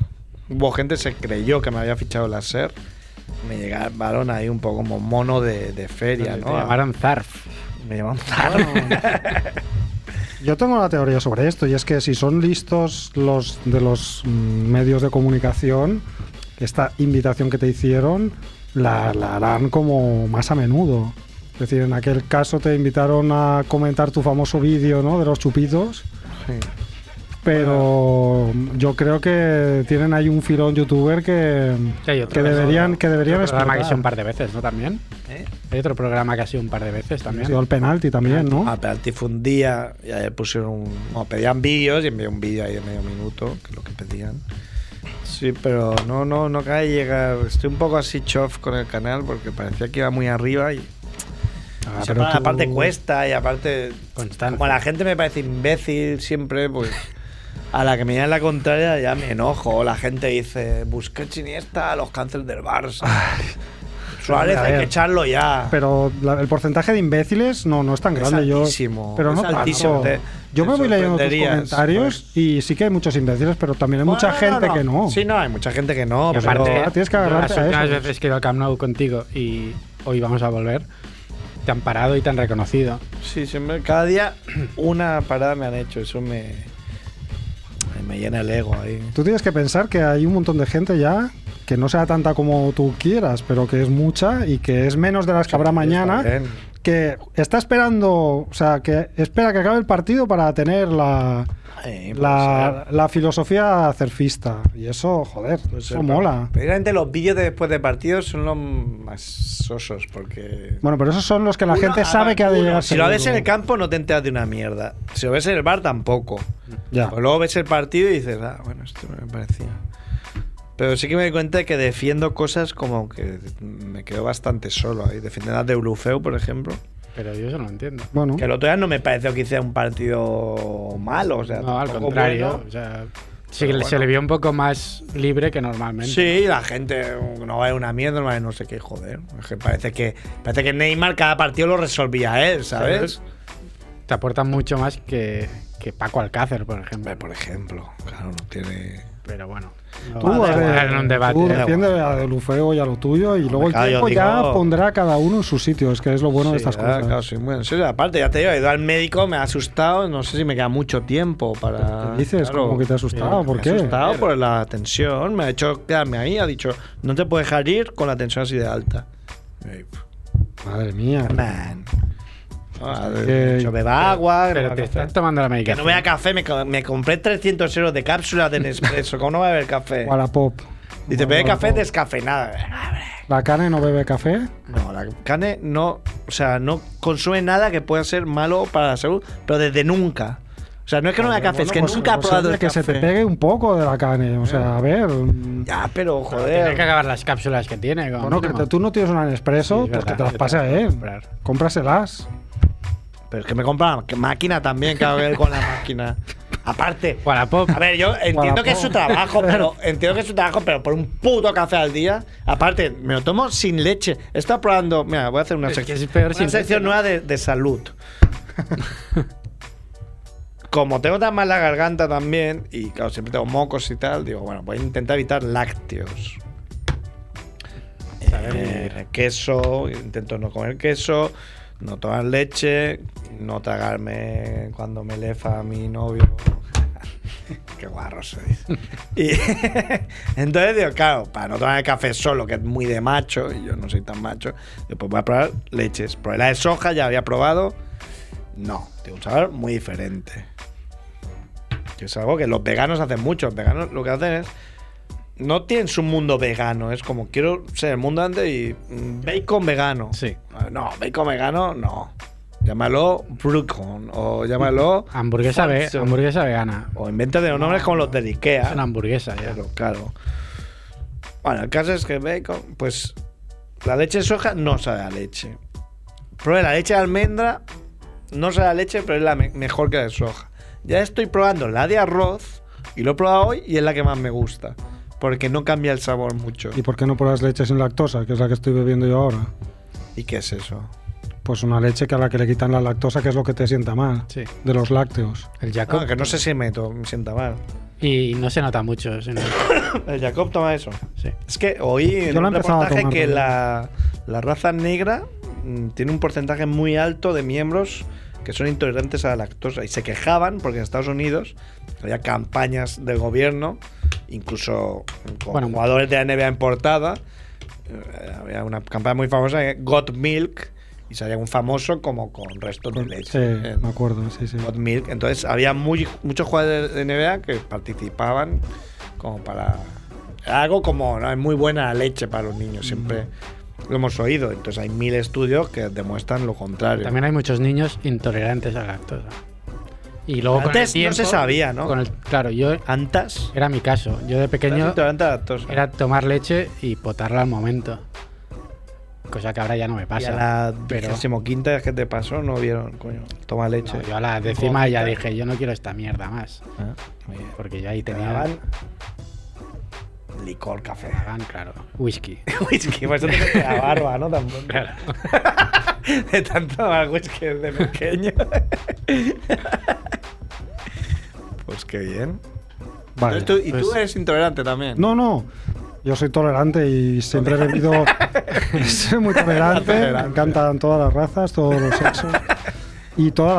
S3: Hubo gente que se creyó que me había fichado la SER. Me llegaron ahí un poco como mono de, de feria,
S7: Te
S3: ¿no?
S7: llamaron Zarf.
S3: Me llamaron Zarf.
S4: Yo tengo una teoría sobre esto y es que si son listos los de los mm, medios de comunicación, esta invitación que te hicieron la, la harán como más a menudo. Es decir, en aquel caso te invitaron a comentar tu famoso vídeo ¿no? de los chupitos. Pero yo creo que tienen ahí un filón youtuber que,
S7: Sí, hay
S4: que
S7: otro, eso-
S4: deberían, que deberían
S7: otro programa que ha sido
S4: explotar.
S7: un par de veces, ¿no? También. Hay otro programa que ha sido un par de veces
S4: Ha
S7: también. Ah,
S4: sido el penalti también, ¿no?
S3: Ah, pero al día ya le pusieron un- no, pedían vídeos y envié un vídeo ahí de medio minuto, que es lo que pedían. Sí, pero no, no, no cae llegar. Estoy un poco así chof con el canal porque parecía que iba muy arriba y
S4: Ah,
S3: y
S4: pero
S3: aparte-
S4: tú-
S3: aparte cuesta y aparte
S7: Constante.
S3: como la gente me parece imbécil siempre, pues a la que me en la contraria ya me enojo. O La gente dice, busqué Chiniesta, los cánceres del Barça. Suárez
S4: a
S3: hay
S4: ver.
S3: que echarlo ya.
S4: Pero la- el porcentaje de imbéciles no, no es tan
S3: Es
S4: grande. yo-
S3: altísimo,
S4: pero
S3: es
S4: no tanto.
S3: altísimo, te-
S4: yo
S3: te
S4: me voy leyendo tus
S3: sorprenderías, pues.
S4: comentarios y sí que hay muchos imbéciles, pero también hay mucha
S3: Bueno,
S4: gente que no.
S3: Sí, no, hay mucha gente que no.
S7: Y
S3: pero-
S7: aparte,
S4: Ah, tienes que
S7: yo
S4: agarrarte
S7: las
S4: a
S7: últimas
S4: eso.
S7: veces que he ido al Camp Nou contigo y hoy vamos a volver, te han parado y te han reconocido.
S3: Sí, siempre, cada día una parada me han hecho, eso me, me llena el ego ahí.
S4: Tú tienes que pensar que hay un montón de gente ya que no sea tanta como tú quieras, pero que es mucha y que es menos de las que habrá mañana.
S3: Está bien.
S4: Que está esperando, o sea, que espera que acabe el partido para tener la,
S3: Sí, puede
S4: la,
S3: ser.
S4: la filosofía cerfista. Y eso, joder,
S3: Puede ser,
S4: eso
S3: pero-
S4: mola.
S3: pues, Precisamente los vídeos de después de partidos son los más sosos porque...
S4: Bueno, pero esos son los que la
S3: Uno-
S4: gente
S3: ah,
S4: sabe que ha de
S3: uno.
S4: llegar
S3: Si lo ves en
S4: seguro.
S3: el campo no te enteras de una mierda. Si lo ves en el bar tampoco.
S4: Ya.
S3: Pero luego ves el partido y dices, ah, bueno, esto no me parecía. Pero sí que me doy cuenta que defiendo cosas como que me quedo bastante solo ahí. Defendiendo las de Ulufeu, por ejemplo.
S7: Pero yo eso no lo entiendo.
S4: Bueno,
S3: Que el otro día no me pareció que hiciera un partido malo. O sea,
S7: No, al
S3: tampoco
S7: contrario.
S3: bueno.
S7: o sea, sí que
S3: Pero
S7: se
S3: bueno.
S7: le vio un poco más libre que normalmente.
S3: Sí, la gente uh, no vale una mierda, no vale no sé qué, joder. Es que parece que parece que Neymar cada partido lo resolvía él, ¿sabes?
S7: Te aportan mucho más que, que Paco Alcácer, por ejemplo.
S3: Hombre, Por ejemplo, claro, no tiene.
S7: Pero bueno. No
S4: tú,
S7: vamos a
S4: a ver,
S7: entrar en un debate.
S4: tú
S7: ¿eh?
S4: defiende a Delufeo y a lo tuyo y luego el
S3: claro, yo
S4: tiempo ya
S3: digo-
S4: pondrá a cada uno en su sitio. Es que es lo bueno de
S3: Sí,
S4: estas
S3: ah,
S4: cosas.
S3: Claro, soy muy en serio. Aparte, ya te digo, he ido al médico, me ha asustado, no sé si me queda mucho tiempo para.
S4: ¿Qué dices?
S3: Claro.
S4: Como que te has asustado, ¿por
S3: Me ha
S4: qué?
S3: asustado por la tensión, me ha hecho quedarme ahí, ha dicho, no te puedes dejar ir con la tensión así de alta. Y, pff,
S4: Madre mía.
S3: Man. Ah,
S4: que-
S3: me ha dicho, beba agua,
S7: Pero
S3: beba
S7: te
S3: café".
S7: están tomando la
S3: Que
S7: medicación.
S3: no vea café, me, co- me compré 300 euros de cápsula de Nespresso. ¿Cómo no va a beber café?
S4: Wallapop.
S3: Dice, bebe
S4: Wallapop.
S3: café descafeinado.
S4: La carne no bebe café.
S3: No, la carne no, o sea, no consume nada que pueda ser malo para la salud, pero desde nunca. O sea, no es que no vea café, es que
S4: Bueno, pues,
S3: nunca ha
S4: pues,
S3: probado
S4: hombre,
S3: el
S4: que
S3: café.
S4: se te pegue un poco de la carne. O sea, a ver. mm,
S3: Ya, pero
S7: Tiene que
S3: joder.
S7: acabar las cápsulas que tiene. como
S4: Bueno, que
S7: mínimo.
S4: te- tú no tienes una Nespresso,
S7: Sí, es
S4: pues que
S7: verdad,
S4: te las
S7: yo
S4: pase a
S7: tengo que
S4: él.
S7: comprar.
S4: Cómpraselas.
S3: Pero es que me compra que máquina también, que hago que ver con la máquina. Aparte,
S7: Wallapop.
S3: a ver, yo entiendo
S4: Guadapó.
S3: que es su trabajo, pero entiendo que es su trabajo, pero por un puto café al día. Aparte, me lo tomo sin leche. Está probando, mira, voy a hacer una
S7: Es que
S3: sección,
S7: es peor
S3: una
S7: sin leche,
S3: sección
S7: ¿no?
S3: nueva de, de salud. Como tengo tan mal la garganta también y claro, siempre tengo mocos y tal, digo, bueno, voy a intentar evitar lácteos. Eh, queso, intento no comer queso, no tomar leche, no tragarme cuando me lefa a mi novio. Qué guarro soy. Y entonces digo, claro, para no tomar el café solo, que es muy de macho, y yo no soy tan macho, después voy a probar leches. Probé la de soja, ya había probado. No, tiene un sabor muy diferente. Que es algo que los veganos hacen mucho. Los veganos lo que hacen es no tienen su mundo vegano. Es como quiero ser el mundo antes y mm, bacon vegano.
S7: Sí.
S3: Ah, No, bacon vegano no. Llámalo Brookon o llámalo.
S7: Hamburguesa, ve-
S3: Falso.
S7: hamburguesa vegana.
S3: O invéntate los nombres como los de Ikea.
S7: Es una hamburguesa ya.
S3: Claro, claro. Bueno, el caso es que bacon, pues la leche de soja no sabe a leche. Probé la leche de almendra, no sabe a leche, pero es la me- mejor que la de soja. Ya estoy probando la de arroz, y lo he probado hoy, y es la que más me gusta. Porque no cambia el sabor mucho.
S4: ¿Y por qué no pruebas leche sin lactosa, que es la que estoy bebiendo yo ahora?
S3: ¿Y qué es eso?
S4: Pues una leche que a la que le quitan la lactosa, que es lo que te sienta mal.
S7: Sí.
S4: De los lácteos.
S7: El
S3: Ah,
S7: Jacob.
S3: que no sé si me, to- me sienta mal.
S7: Y no se nota mucho. sí, no.
S3: El Jacob toma eso.
S7: Sí.
S3: Es que oí en
S4: lo he
S3: un
S4: empezado a
S3: reportaje
S4: tomar
S3: que
S4: también.
S3: la, la raza negra mm, tiene un porcentaje muy alto de miembros que son intolerantes a la lactosa y se quejaban porque en Estados Unidos había campañas del gobierno incluso con
S7: Bueno,
S3: jugadores de la NBA en portada. Eh, Había una campaña muy famosa, eh, Got Milk, y salía un famoso como con restos de leche.
S4: Sí,
S3: en
S4: me acuerdo, sí, sí.
S3: Got Milk. Entonces había muy, muchos jugadores de NBA que participaban como para... Algo como, "No, es muy buena la leche para los niños, siempre lo hemos oído. Entonces hay mil estudios que demuestran lo contrario.
S7: También hay muchos niños intolerantes a la lactosa. Y luego con el
S3: Antes no
S7: tiempo-
S3: se sabía, ¿no?
S7: con el- claro, yo
S3: Antas.
S7: era mi caso. Yo de
S3: Antas
S7: pequeño
S3: intolerante a la lactosa.
S7: era tomar leche y potarla al momento. Cosa que ahora ya no me
S3: Y
S7: pasa.
S3: a la
S7: pero
S3: decimoquinta vez que te pasó no vieron, coño, toma leche.
S7: no, yo a la décima ya dije, yo no quiero esta mierda más.
S3: Ah, muy bien.
S7: Porque yo ahí
S3: Te
S7: tenía...
S3: daban licor, café.
S7: me daban, claro, whisky.
S3: whisky, por eso te la barba, ¿no? Tampoco. de tanto tomar whisky desde pequeño. pues qué bien.
S4: Vale.
S3: Entonces tú- y tú
S7: pues-
S3: eres intolerante también.
S4: No, no. Yo soy tolerante y siempre he bebido. soy muy tolerante. Me
S3: Tolerante.
S4: encantan todas las razas, todos los sexos y todas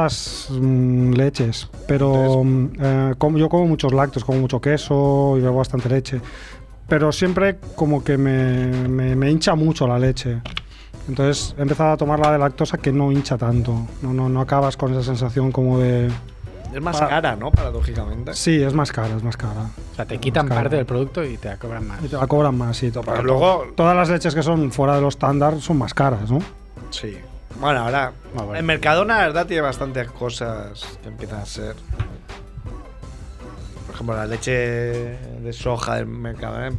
S4: las mm, leches. Pero mm, eh, como, yo como muchos lácteos, como mucho queso y bebo bastante leche. Pero siempre como que me, me- me hincha mucho la leche. Entonces he empezado a tomar la de lactosa que no hincha tanto. No, no, no acabas con esa sensación como de.
S3: Es más
S4: Pa-
S3: cara, ¿no? Paradójicamente.
S4: Sí, es más cara, es más cara.
S7: O sea, te quitan
S4: Claro.
S7: parte del producto y te la cobran más.
S4: Y te la cobran más, y todo.
S3: Pero luego-
S4: todas las leches que son fuera de los estándar son más caras, ¿no?
S3: Sí. Bueno, ahora.
S7: Ah, bueno.
S3: El Mercadona, la verdad, tiene bastantes cosas que empiezan a ser. Por ejemplo, la leche de soja del Mercadona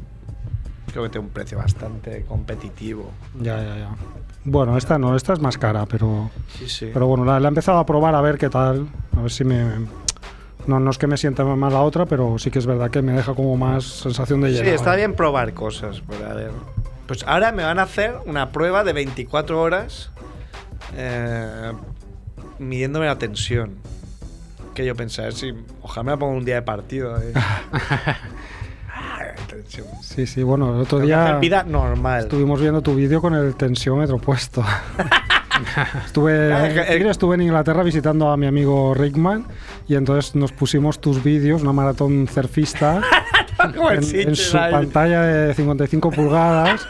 S3: creo que tiene un precio bastante competitivo.
S4: Ya, ya, ya. Bueno, esta no, esta es más cara, pero,
S3: Sí, sí.
S4: pero bueno, la, la he empezado a probar a ver qué tal, a ver si me... No, no es que me sienta mal la otra, pero sí que es verdad que me deja como más sensación de
S3: sí,
S4: lleno. ¿eh?
S3: está bien probar cosas, pero a ver. Pues ahora me van a hacer una prueba de 24 horas eh, midiéndome la tensión. Que yo pensaba, si ojalá me la ponga un día de partido. eh. Ah, tensión.
S4: Sí, sí, bueno, el otro
S3: Hacer
S4: día
S3: vida normal.
S4: estuvimos viendo tu vídeo con el tensiómetro puesto.
S3: Ah, es que-
S4: estuve, mira, estuve en Inglaterra visitando a mi amigo Rickman y entonces nos pusimos tus vídeos, una maratón surfista.
S3: Como el
S4: en, en
S3: Sitges
S4: su
S3: ahí.
S4: pantalla de 55 pulgadas.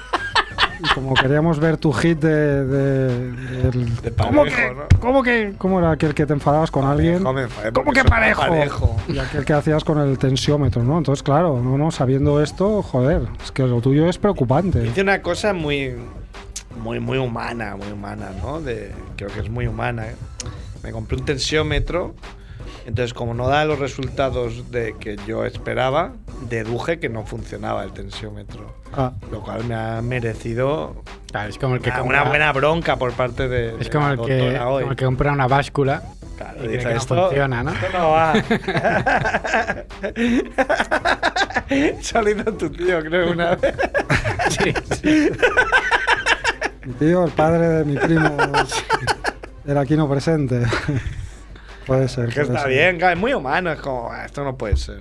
S4: Y como queríamos ver tu hit de. de- del-
S3: De
S4: ¿Cómo
S3: parejo,
S4: que,
S3: ¿no?
S4: ¿Cómo que.? ¿Cómo era aquel que te enfadabas con alguien?
S3: Joder, joder,
S4: ¿Cómo
S3: porque
S4: que
S3: soy
S4: parejo? Y aquel que hacías con el tensiómetro, ¿no? Entonces, claro, no, no, sabiendo esto, joder, es que lo tuyo es preocupante.
S3: Hice una cosa muy, muy, muy humana, muy humana, ¿no? De, creo que es muy humana. ¿eh? Me compré un tensiómetro. Entonces, como no da los resultados de que yo esperaba, deduje que no funcionaba el tensiómetro.
S4: Ah,
S3: Lo cual me ha merecido
S7: Claro, es como el que
S3: una,
S7: compra-
S3: Ah, una buena bronca por parte de,
S7: Es
S3: de
S7: como
S3: la
S7: el, que,
S3: doctora hoy.
S7: como el que compra una báscula.
S3: Claro,
S7: y cree
S3: dice,
S7: que no
S3: esto,
S7: funciona, ¿no?
S3: Esto no va. Solito tu tío, creo, una vez.
S7: Sí,
S4: mi tío, el padre de mi primo, era aquí no presente. puede ser.
S3: Que
S4: puede
S3: está
S4: ser.
S3: bien, claro, es muy humano, es como, "Ah, esto no puede ser.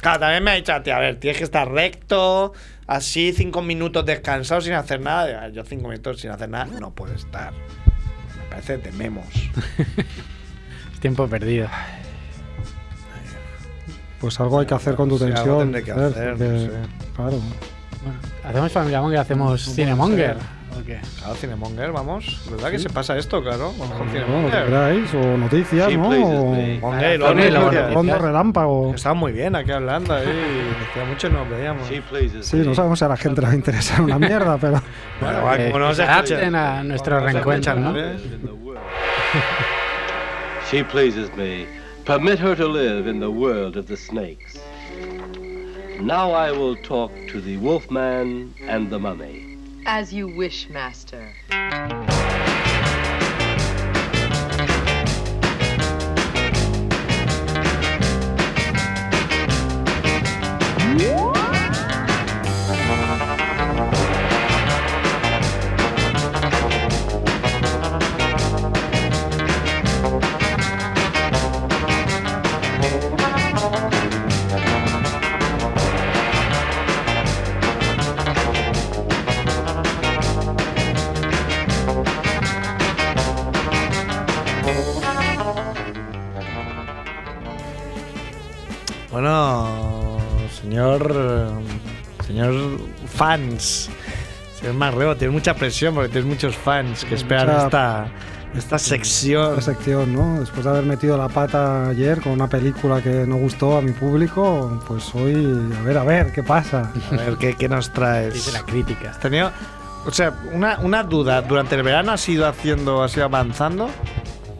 S3: Claro, también me ha dicho a ti, a ver, tienes que estar recto, así, cinco minutos descansado sin hacer nada. "Ah, Yo cinco minutos sin hacer nada no puedo estar. Me parece de memos.
S7: es tiempo perdido.
S4: Pues algo hay que hacer con tu
S3: Sí, algo
S4: tensión.
S3: tendré que
S4: joder,
S3: hacer,
S4: porque,
S3: no sé.
S4: Claro.
S7: Bueno, ¿hacemos Familia Monger? ¿Hacemos Cinemonger? ¿O qué?
S3: Claro, Cinemonger, vamos. ¿Verdad que se pasa esto, claro? Vamos con
S4: Bueno, lo que
S3: Cinemonger.
S4: queráis, o noticias,
S5: Sí,
S4: ¿no?
S5: please,
S4: O-
S5: please.
S3: Monger, y
S7: Claro,
S3: luego
S7: y luego
S3: noticias.
S4: Rondo relámpago.
S3: Estaba muy bien aquí hablando, ahí. Hacía mucho que no veíamos.
S4: Sí, no sabemos si a la gente le va a interesar una mierda, pero
S3: Bueno, va,
S7: Eh,
S3: como no
S7: que
S3: se
S7: se adapten
S3: escucha.
S7: a nuestro
S3: Como no se
S7: reencuentro,
S3: escucha,
S7: ¿no?
S3: ¿eh?
S8: She pleases me. Permit her to live in the world of the snakes. Now I will talk to the wolfman and the mummy.
S9: As you wish, master.
S3: Bueno, Señor. eh, Señor fans. Señor Marrebo, tienes mucha presión porque tienes muchos fans que esperan
S4: Mucha-
S3: esta, esta sección.
S4: La sección, ¿no? Después de haber metido la pata ayer con una película que no gustó a mi público, pues hoy, a ver, a ver, ¿qué pasa?
S3: A ver, ¿qué, qué nos
S7: Dice
S3: traes?
S7: la crítica.
S3: ¿Has tenido.? O sea, una, una duda. ¿Durante el verano has ido haciendo, has ido avanzando?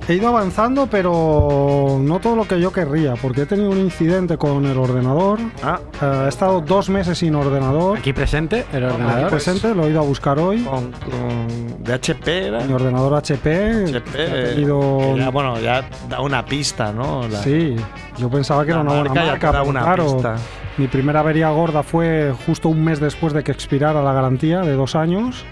S4: He ido avanzando, pero no todo lo que yo querría, porque he tenido un incidente con el ordenador.
S3: Ah,
S4: Eh, he estado dos meses sin ordenador.
S7: Aquí presente, el
S4: Aquí
S7: ordenador.
S3: pues,
S4: presente, lo he ido a buscar hoy.
S3: con, con- de HP era.
S4: Mi ordenador HP.
S3: HP,
S4: ha
S3: eh,
S4: tenido-
S3: que ya, bueno, ya da una pista, ¿no? La-
S4: Sí, yo pensaba que
S3: la
S4: era una buena
S3: marca ya te
S4: marca,
S3: da
S4: pero
S3: una
S4: claro,
S3: pista.
S4: mi primera avería gorda fue justo un mes después de que expirara la garantía de dos años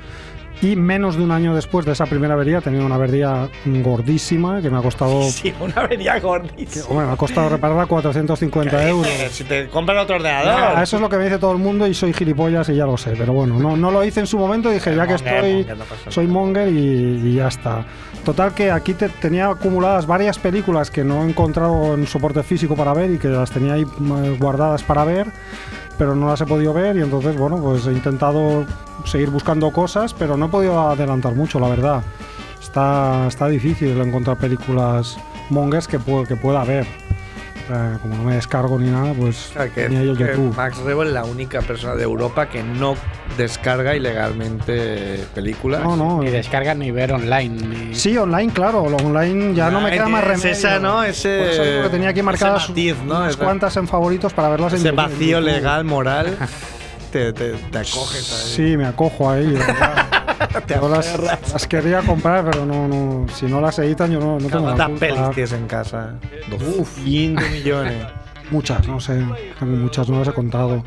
S4: y menos de un año después de esa primera avería tenía una avería gordísima que me ha costado,
S3: Sí, una avería gordísima.
S4: bueno, me ha costado repararla 450 euros.
S3: Si te compras otro ordenador.
S4: Ah, eso es lo que me dice todo el mundo y soy gilipollas y ya lo sé, pero bueno, no, no lo hice en su momento, dije ya que
S3: Monger,
S4: estoy,
S3: monger, no pasa nada.
S4: soy monger y, y ya está. Total que aquí te, tenía acumuladas varias películas que no he encontrado en soporte físico para ver y que las tenía ahí eh, guardadas para ver, pero no las he podido ver y entonces bueno, pues he intentado seguir buscando cosas, pero no he podido adelantar mucho, la verdad. Está, está difícil encontrar películas mongers que, pu- que pueda ver. Eh, como no me descargo ni nada, pues
S3: O sea, que,
S4: tenía yo
S3: que
S4: YouTube.
S3: Max Rebo es la única persona de Europa que no descarga ilegalmente películas.
S4: No, no. eh,
S7: Ni descarga ni ver online. Ni...
S4: Sí, online, claro. Lo online ya no me
S3: Ah,
S4: queda más
S3: es
S4: remedio.
S3: esa, ¿no? Ese-
S4: Por eso digo que tenía aquí
S3: ese
S4: marcadas
S3: matiz, ¿no?
S4: unas
S3: Esa-
S4: cuantas en favoritos para verlas en
S3: Ese
S4: YouTube.
S3: vacío legal, moral, te, te, te acoges ahí.
S4: Sí, me acojo a ello.
S3: te
S4: Yo las,
S3: aferras.
S4: las quería comprar, pero no, no. Si no las editan, yo no, no tengo la
S3: ¿Cuántas
S4: culpa.
S3: pelis tienes en casa? 200 millones.
S4: Muchas, no sé. Tengo muchas, no las he contado.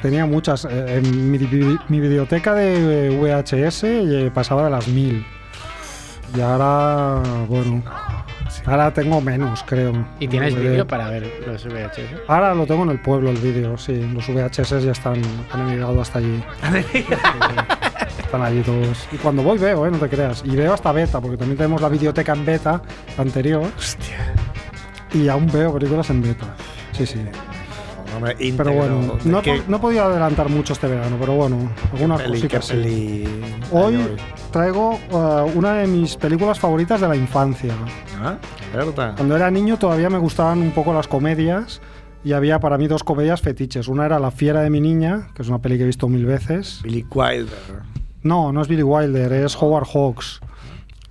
S4: Tenía muchas. eh, en mi, vi- mi videoteca de VHS eh, pasaba de las mil. Y ahora, bueno. Ahora tengo menos, creo.
S7: Y tienes
S4: Eh,
S7: vídeo para ver los VHS.
S4: Ahora lo tengo en el pueblo el vídeo, sí. Los VHS ya están, han emigrado hasta allí. están allí todos. Y cuando voy veo, ¿eh? no te creas. Y veo hasta beta, porque también tenemos la biblioteca en beta anterior.
S3: Hostia.
S4: Y aún veo películas en beta. Sí, sí.
S3: Hombre,
S4: Pero
S3: íntegro.
S4: bueno,
S3: ¿De
S4: no,
S3: qué-
S4: po- no he podido adelantar mucho este verano, pero bueno, algunas
S3: peli, qué
S4: cositas. sí.
S3: peli hay
S4: Hoy traigo eh, una de mis películas favoritas de la infancia.
S3: Ah, Berta.
S4: Cuando era niño todavía me gustaban un poco las comedias y había para mí dos comedias fetiches. Una era La fiera de mi niña, que es una peli que he visto mil veces.
S3: Billy Wilder.
S4: No, no es Billy Wilder, es Howard Hawks,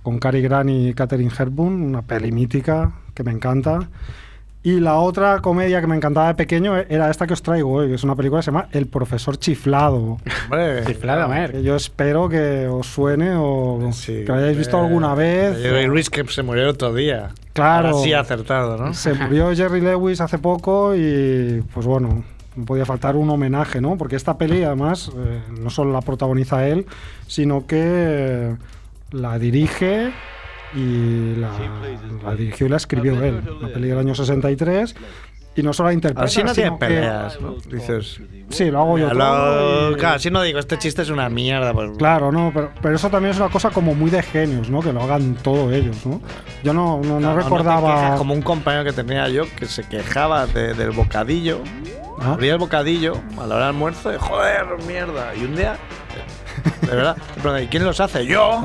S4: con Cary Grant y Katherine Hepburn, una peli mítica que me encanta. Y la otra comedia que me encantaba de pequeño era esta que os traigo hoy, que es una película que se llama El profesor chiflado.
S3: Hombre.
S7: Chiflado, mer.
S4: Que yo espero que os suene o
S3: Sí,
S4: que la hayáis visto
S3: eh,
S4: alguna vez.
S3: Jerry Lewis que se murió el otro día.
S4: Claro.
S3: Ahora sí ha acertado, ¿no?
S4: Se murió Jerry Lewis hace poco y pues bueno, no podía faltar un homenaje, ¿no? Porque esta peli además eh, no solo la protagoniza él, sino que eh, la dirige y la, la dirigió y la escribió él. La peli del año 63 y no solo la interpreta,
S3: Así no tiene
S4: sino que-
S3: peleas, ¿no? Dices.
S4: Sí, lo hago yo todo
S3: "Lo-
S4: y-
S3: Claro, si no digo, este chiste es una mierda. pues,
S4: Claro, no, pero, pero eso también es una cosa como muy de genios, ¿no? Que lo hagan todos ellos, ¿no? Yo no, no, no
S3: claro, te
S4: recordaba...
S3: quejas, como un compañero que tenía yo que se quejaba de- del bocadillo.
S4: Ah.
S3: Abría el bocadillo a la hora del almuerzo y joder, mierda. Y un día, de verdad, le pregunté, ¿y quién los hace? ¡Yo!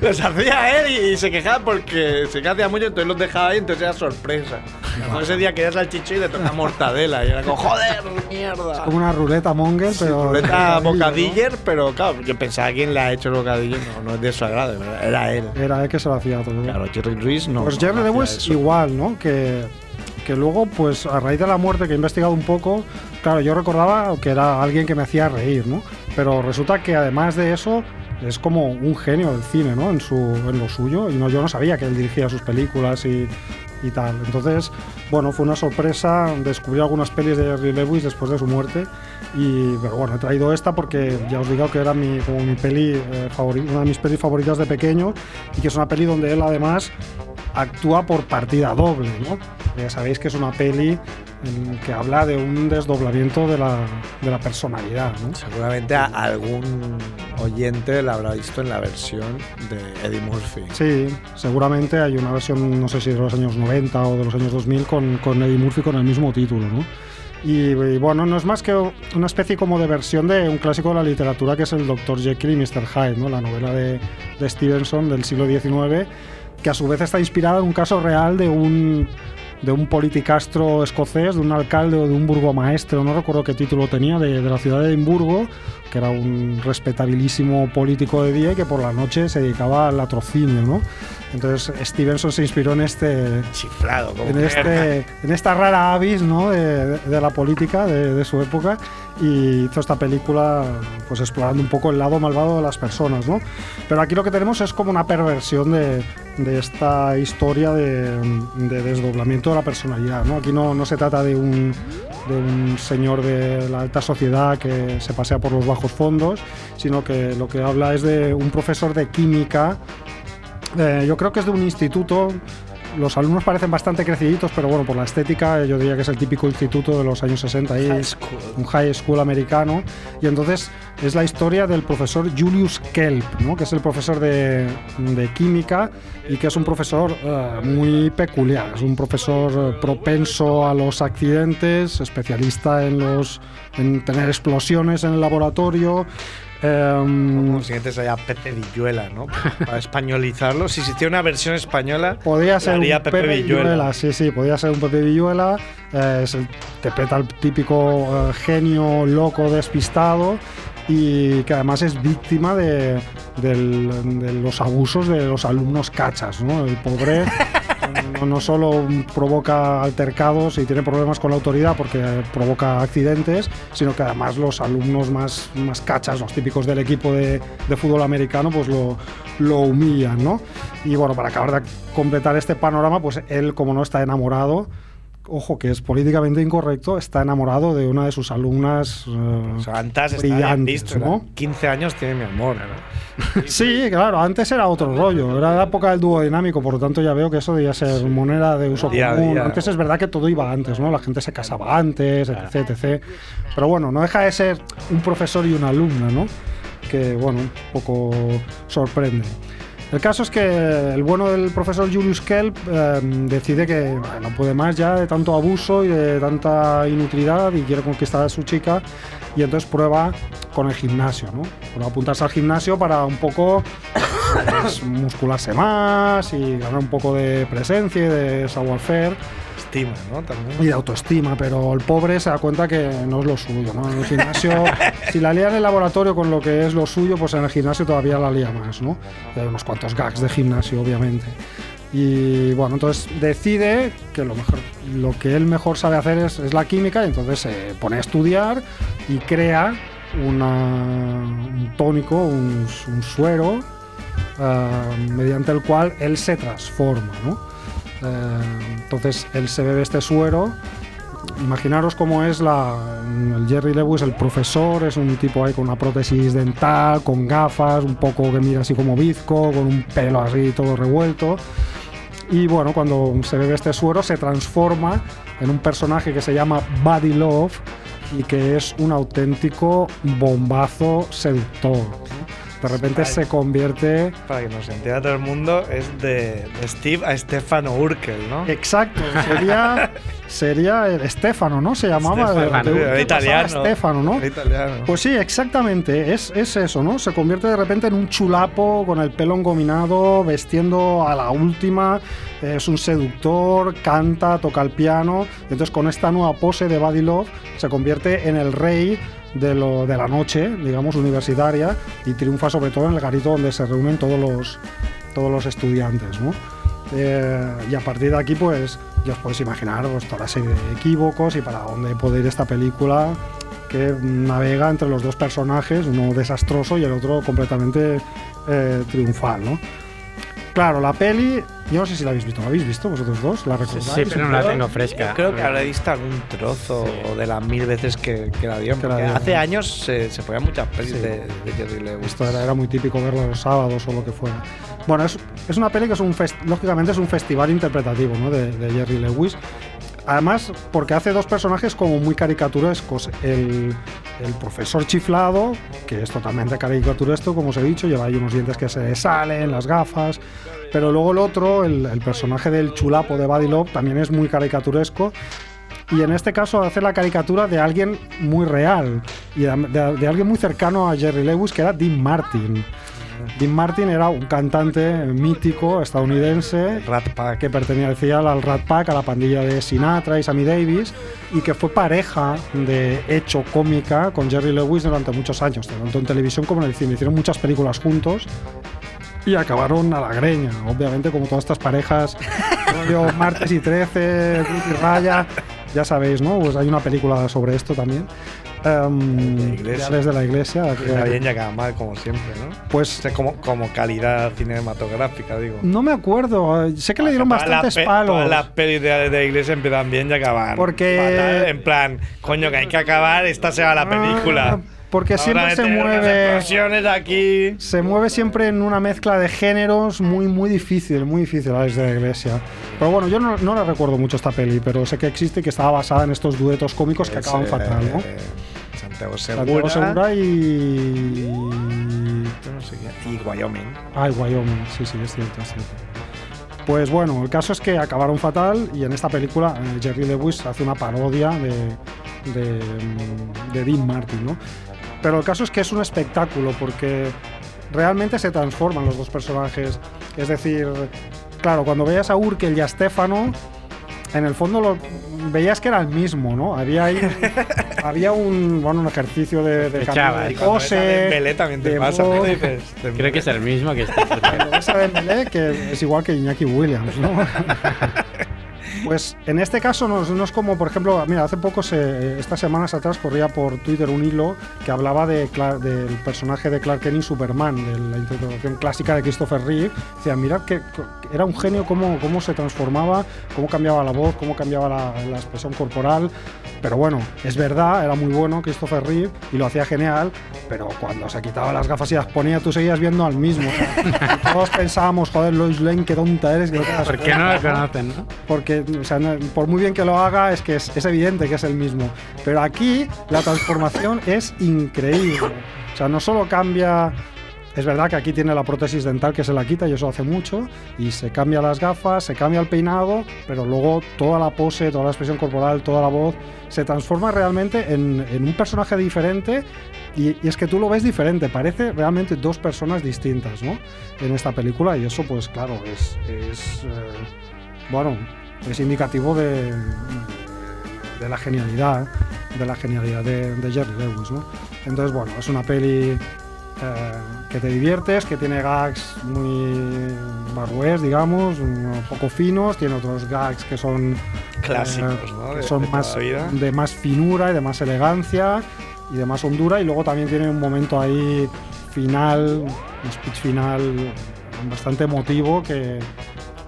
S3: los hacía él y, y se quejaba porque se que hacía mucho, entonces los dejaba ahí, entonces era sorpresa. A lo mejor ese día querías salchicho y le tocaba mortadela. Y era como, joder, mierda.
S4: Como una ruleta monger, pero...
S3: Ruleta
S4: ¿no?
S3: bocadiller, pero claro, yo pensaba quién la ha hecho el bocadillo, no, no es de su agrado, de verdad, era él.
S4: Era el que se lo hacía todo.
S3: Claro, Jerry Ruiz no.
S4: pues
S3: no,
S4: Jerry
S3: no hacía
S4: Lewis
S3: eso.
S4: igual, ¿no? Que, que luego, pues a raíz de la muerte que he investigado un poco, claro, yo recordaba que era alguien que me hacía reír, ¿no? Pero resulta que además de eso es como un genio del cine, ¿no? En, su, en lo suyo. Y no, yo no sabía que él dirigía sus películas y, y tal. Entonces, bueno, fue una sorpresa descubrir algunas pelis de Jerry Lewis después de su muerte. Y, pero bueno, he traído esta porque ya os digo que era mi, como mi peli eh, favori- una de mis pelis favoritas de pequeño y que es una peli donde él además actúa por partida doble, ¿no? Ya sabéis que es una peli en el que habla de un desdoblamiento de la, de la personalidad. ¿no?
S3: Seguramente a algún oyente la habrá visto en la versión de Eddie Murphy.
S4: Sí, seguramente hay una versión, no sé si de los años 90 o de los años 2000, con, con Eddie Murphy con el mismo título, ¿no? Y, y bueno, no es más que una especie como de versión de un clásico de la literatura que es el Dr. Jekyll y Mr. Hyde, ¿no? La novela de, de Stevenson del siglo XIX, que a su vez está inspirada en un caso real de un, de un politicastro escocés, de un alcalde o de un burgomaestre, no recuerdo qué título tenía, de, de la ciudad de Edimburgo, que era un respetabilísimo político de día y que por la noche se dedicaba al latrocinio, ¿no? Entonces Stevenson se inspiró en este...
S3: Chiflado, como
S4: En, este, en esta rara avis ¿no? de, de- de la política de, de su época y hizo esta película pues explorando un poco el lado malvado de las personas. ¿no? Pero aquí lo que tenemos es como una perversión de, de esta historia de, de desdoblamiento de la personalidad. ¿no? Aquí no, no se trata de un, de un señor de la alta sociedad que se pasea por los bajos fondos, sino que lo que habla es de un profesor de química eh, yo creo que es de un instituto. Los alumnos parecen bastante creciditos, pero bueno, por la estética, eh, yo diría que es el típico instituto de los años 60, ahí, un high school americano. Y entonces es la historia del profesor Julius Kelp, ¿no? que es el profesor de, de química y que es un profesor eh, muy peculiar. Es un profesor eh, propenso a los accidentes, especialista en, los, en tener explosiones en el laboratorio. em,
S3: Como siguiente sería Pepe Villuela, ¿no? Para españolizarlo. Si existiera una versión española,
S4: Podría ser un
S3: haría
S4: Pepe, Villuela. sí, sí, podía ser un Pepe Villuela. eh, es el, interpreta al típico eh, genio loco despistado y que además es víctima de, del- de los abusos de los alumnos cachas, ¿no? El pobre no, no solo provoca altercados y tiene problemas con la autoridad porque provoca accidentes, sino que además los alumnos más, más cachas, los típicos del equipo de, de fútbol americano, pues lo, lo humillan, ¿no? Y bueno, para acabar de completar este panorama, pues él, como no está enamorado, ojo, que es políticamente incorrecto, está enamorado de una de sus alumnas. eh,
S3: O sea, antes está
S4: Brillantes,
S3: bien visto, ¿no?
S4: ¿no?
S3: 15 años tiene mi amor.
S4: Sí, claro, antes era otro rollo, era la época del dúo dinámico, por lo tanto ya veo que eso debía ser moneda de uso
S3: Día a
S4: común.
S3: día.
S4: Antes es verdad que todo iba antes, ¿no? La gente se casaba antes, etc, etc. Pero bueno, no deja de ser un profesor y una alumna, ¿no? Que, bueno, un poco sorprende. El caso es que el bueno del profesor Julius Kelp eh, decide que bueno, no puede más ya de tanto abuso y de tanta inutilidad y quiere conquistar a su chica y entonces prueba con el gimnasio, ¿no? Prueba a apuntarse al gimnasio para un poco pues, muscularse más y ganar un poco de presencia y de savoir-faire
S3: Estima, ¿no?
S4: y
S3: También.
S4: de autoestima, pero el pobre se da cuenta que no es lo suyo, ¿no? En el gimnasio, si la lía en el laboratorio con lo que es lo suyo, pues en el gimnasio todavía la lía más, ¿no? Y hay unos cuantos gags de gimnasio, obviamente. Y bueno, entonces decide que lo mejor, lo que él mejor sabe hacer es, es la química, y entonces se pone a estudiar y crea una- un tónico, un, un suero, ah, mediante el cual él se transforma, ¿no? Eh, entonces él se bebe este suero. Imaginaros cómo es la, el Jerry Lewis, el profesor, es un tipo ahí con una prótesis dental, con gafas, un poco que mira así como bizco, con un pelo así todo revuelto. Y bueno, cuando se bebe este suero se transforma en un personaje que se llama Buddy Love y que es un auténtico bombazo seductor. ¿no? De repente se convierte
S3: Para que nos entienda todo el mundo, es de de Steve a Stefano Urkel,
S4: Eh,
S3: ¿no?
S4: Exacto, sería, sería el Estefano, ¿no? Se llamaba.
S7: Stefano,
S4: de- de-
S3: era
S4: ¿qué pasaba?
S3: italiano.
S4: Stefano, ¿no?
S3: Era italiano.
S4: Pues sí, exactamente, es, es eso, ¿no? Se convierte de repente en un chulapo con el pelo engominado, vestiendo a la última, eh, es un seductor, canta, toca el piano, y entonces con esta nueva pose de Buddy Love se convierte en el rey de, lo, de la noche, digamos, universitaria, y triunfa sobre todo en el garito donde se reúnen todos los, todos los estudiantes, ¿no? Eh, y a partir de aquí, pues, ya os podéis imaginar pues, toda la serie de equívocos y para dónde puede ir esta película que navega entre los dos personajes, uno desastroso y el otro completamente eh, triunfal, ¿no? Claro, la peli, yo no sé si la habéis visto, ¿la habéis visto vosotros dos? ¿La
S7: Sí,
S4: recordáis?
S7: sí, pero no la tengo fresca.
S3: Yo creo que habré visto algún trozo o de las mil veces que, que la dieron.
S4: Que la
S3: porque
S4: dieron.
S3: Hace años se, se ponían muchas pelis
S4: Sí.
S3: de, de Jerry Lewis.
S4: Esto era, era muy típico verlo los sábados o lo que fuera. Bueno, es, es una peli que es un fest- lógicamente es un festival interpretativo ¿no? de, de Jerry Lewis. Además, porque hace dos personajes como muy caricaturescos. El, el profesor chiflado, que es totalmente caricaturesco, como os he dicho, lleva ahí unos dientes que se le salen, las gafas. Pero luego el otro, el, el personaje del chulapo de Buddy Love, también es muy caricaturesco. Y en este caso hace la caricatura de alguien muy real y de, de- de alguien muy cercano a Jerry Lewis, que era Dean Martin. Dean Martin era un cantante mítico estadounidense
S3: Rat Pack.
S4: que pertenecía al Rat Pack, a la pandilla de Sinatra y Sammy Davis, y que fue pareja de hecho cómica con Jerry Lewis durante muchos años, tanto en televisión como en el cine. Hicieron muchas películas juntos y acabaron a la greña, obviamente, como todas estas parejas, rollo martes y 13, Ruth y Raya, ya sabéis, ¿no? Pues hay una película sobre esto también. Em,
S3: iglesia.
S4: Diarios de la iglesia. que-
S3: Era bien llegaba mal, como siempre, ¿no?
S4: pues
S3: O sea, como, como calidad cinematográfica, digo.
S4: no me acuerdo, eh, sé que le dieron
S3: Todas las
S4: bastantes
S3: Ah, pe-
S4: palos.
S3: Todas las pelis de, de iglesia empiezan bien y acaban.
S4: Porque-
S3: fatal. en plan, coño, que hay que acabar, esta se va la película.
S4: Ah, Porque
S3: Ahora
S4: siempre se
S3: tenemos las
S4: mueve.
S3: explosiones aquí.
S4: Se mueve siempre en una mezcla de géneros muy, muy difícil, muy difícil la de la iglesia. Pero bueno, yo no, no la recuerdo mucho esta peli, pero sé que existe y que estaba basada en estos duetos cómicos que acaban
S3: Eh,
S4: fatal, ¿no?
S3: Santiago Segura.
S4: Santiago Segura y.
S3: No sé qué. Y Wyoming.
S4: Ay, Wyoming, sí, sí, es cierto, es cierto. Pues bueno, el caso es que acabaron fatal y en esta película eh, Jerry Lewis hace una parodia de, de, mm, de Dean Martin, ¿no? Pero el caso es que es un espectáculo porque realmente se transforman los dos personajes. Es decir, claro, cuando veías a Urkel y a Stefano, en el fondo lo, veías que era el mismo, ¿no? Había ahí, había un, bueno, un ejercicio de, de
S7: Sospechaba,
S4: cambio de
S7: ¿eh?
S3: Cuando ves a
S4: pose,
S3: Dembélé también te
S4: de
S3: pasa.
S4: voz.
S3: dices,
S7: Creo que es el mismo que este.
S4: Cuando ves a Dembélé, que es igual que Iñaki Williams, ¿no? Pues en este caso no, es- no es como, por ejemplo, mira, hace poco, se- estas semanas atrás, corría por Twitter un hilo que hablaba de Cla- del personaje de Clark Kent y Superman, de la interpretación clásica de Christopher Reeve. Decía, mira, que, que era un genio cómo, cómo se transformaba, cómo cambiaba la voz, cómo cambiaba la, la expresión corporal. Pero bueno, es verdad, era muy bueno Christopher Reeve y lo hacía genial, pero cuando se quitaba las gafas y las ponía, tú seguías viendo al mismo. o sea, y todos pensábamos, joder, Lois Lane, qué tonta eres. Que no te das
S7: ¿Por qué no lo
S4: cuenta,
S7: conocen, no?
S4: porque o sea, no- por muy bien que lo haga, es que es, es evidente que es el mismo. Pero aquí la transformación es increíble. O sea, no solo cambia. Es verdad que aquí tiene la prótesis dental que se la quita y eso hace mucho. Y se cambia las gafas, se cambia el peinado, pero luego toda la pose, toda la expresión corporal, toda la voz, se transforma realmente en, en un personaje diferente. Y, y es que tú lo ves diferente, parece realmente dos personas distintas, ¿no? En esta película, y eso, pues claro, es. es eh, bueno, es indicativo de, de la genialidad, de la genialidad de, de Jerry Lewis, ¿no? Entonces, bueno, es una peli eh, que te diviertes, que tiene gags muy barrués, digamos, un poco finos, tiene otros gags que son
S3: Clásicos,
S4: eh,
S3: ¿no?
S4: que
S3: De-
S4: son
S3: de
S4: más,
S3: toda la vida.
S4: de más finura y de más elegancia y de más hondura. Y luego también tiene un momento ahí final, un speech final bastante emotivo que,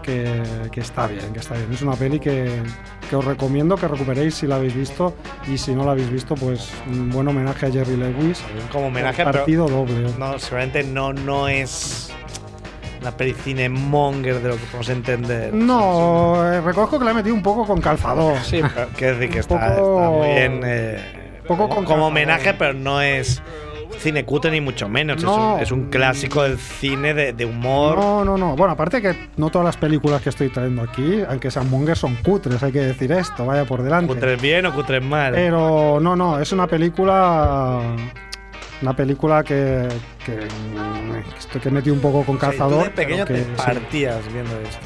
S4: que, que está bien, que está bien. Es una peli que, que os recomiendo que recuperéis si la habéis visto y si no la habéis visto, pues un buen homenaje a Jerry Lewis.
S3: Como homenaje, pero
S4: partido doble.
S3: no, seguramente no, no es una peli cinemonger de lo que podemos entender.
S4: No, eh, reconozco que la he metido un poco con calzador.
S3: Sí, pero quiero decir que
S4: Un
S3: está,
S4: poco-
S3: está muy bien. eh,
S4: poco
S3: como,
S4: con
S3: como
S4: calzador.
S3: homenaje, pero no es cine cutre ni mucho menos.
S4: No.
S3: Es, un, es un clásico del cine de, de humor.
S4: No, no, no. Bueno, aparte que no todas las películas que estoy trayendo aquí, aunque sean mongers, son cutres, hay que decir esto, vaya por delante.
S3: Cutres bien o cutres mal.
S4: Eh, Pero no, no, es una película. Una película que. que, estoy- que he metido un poco con
S3: O sea, y tú
S4: cazador.
S3: de pequeño
S4: pero que
S3: te
S4: sí.
S3: partías viendo esto.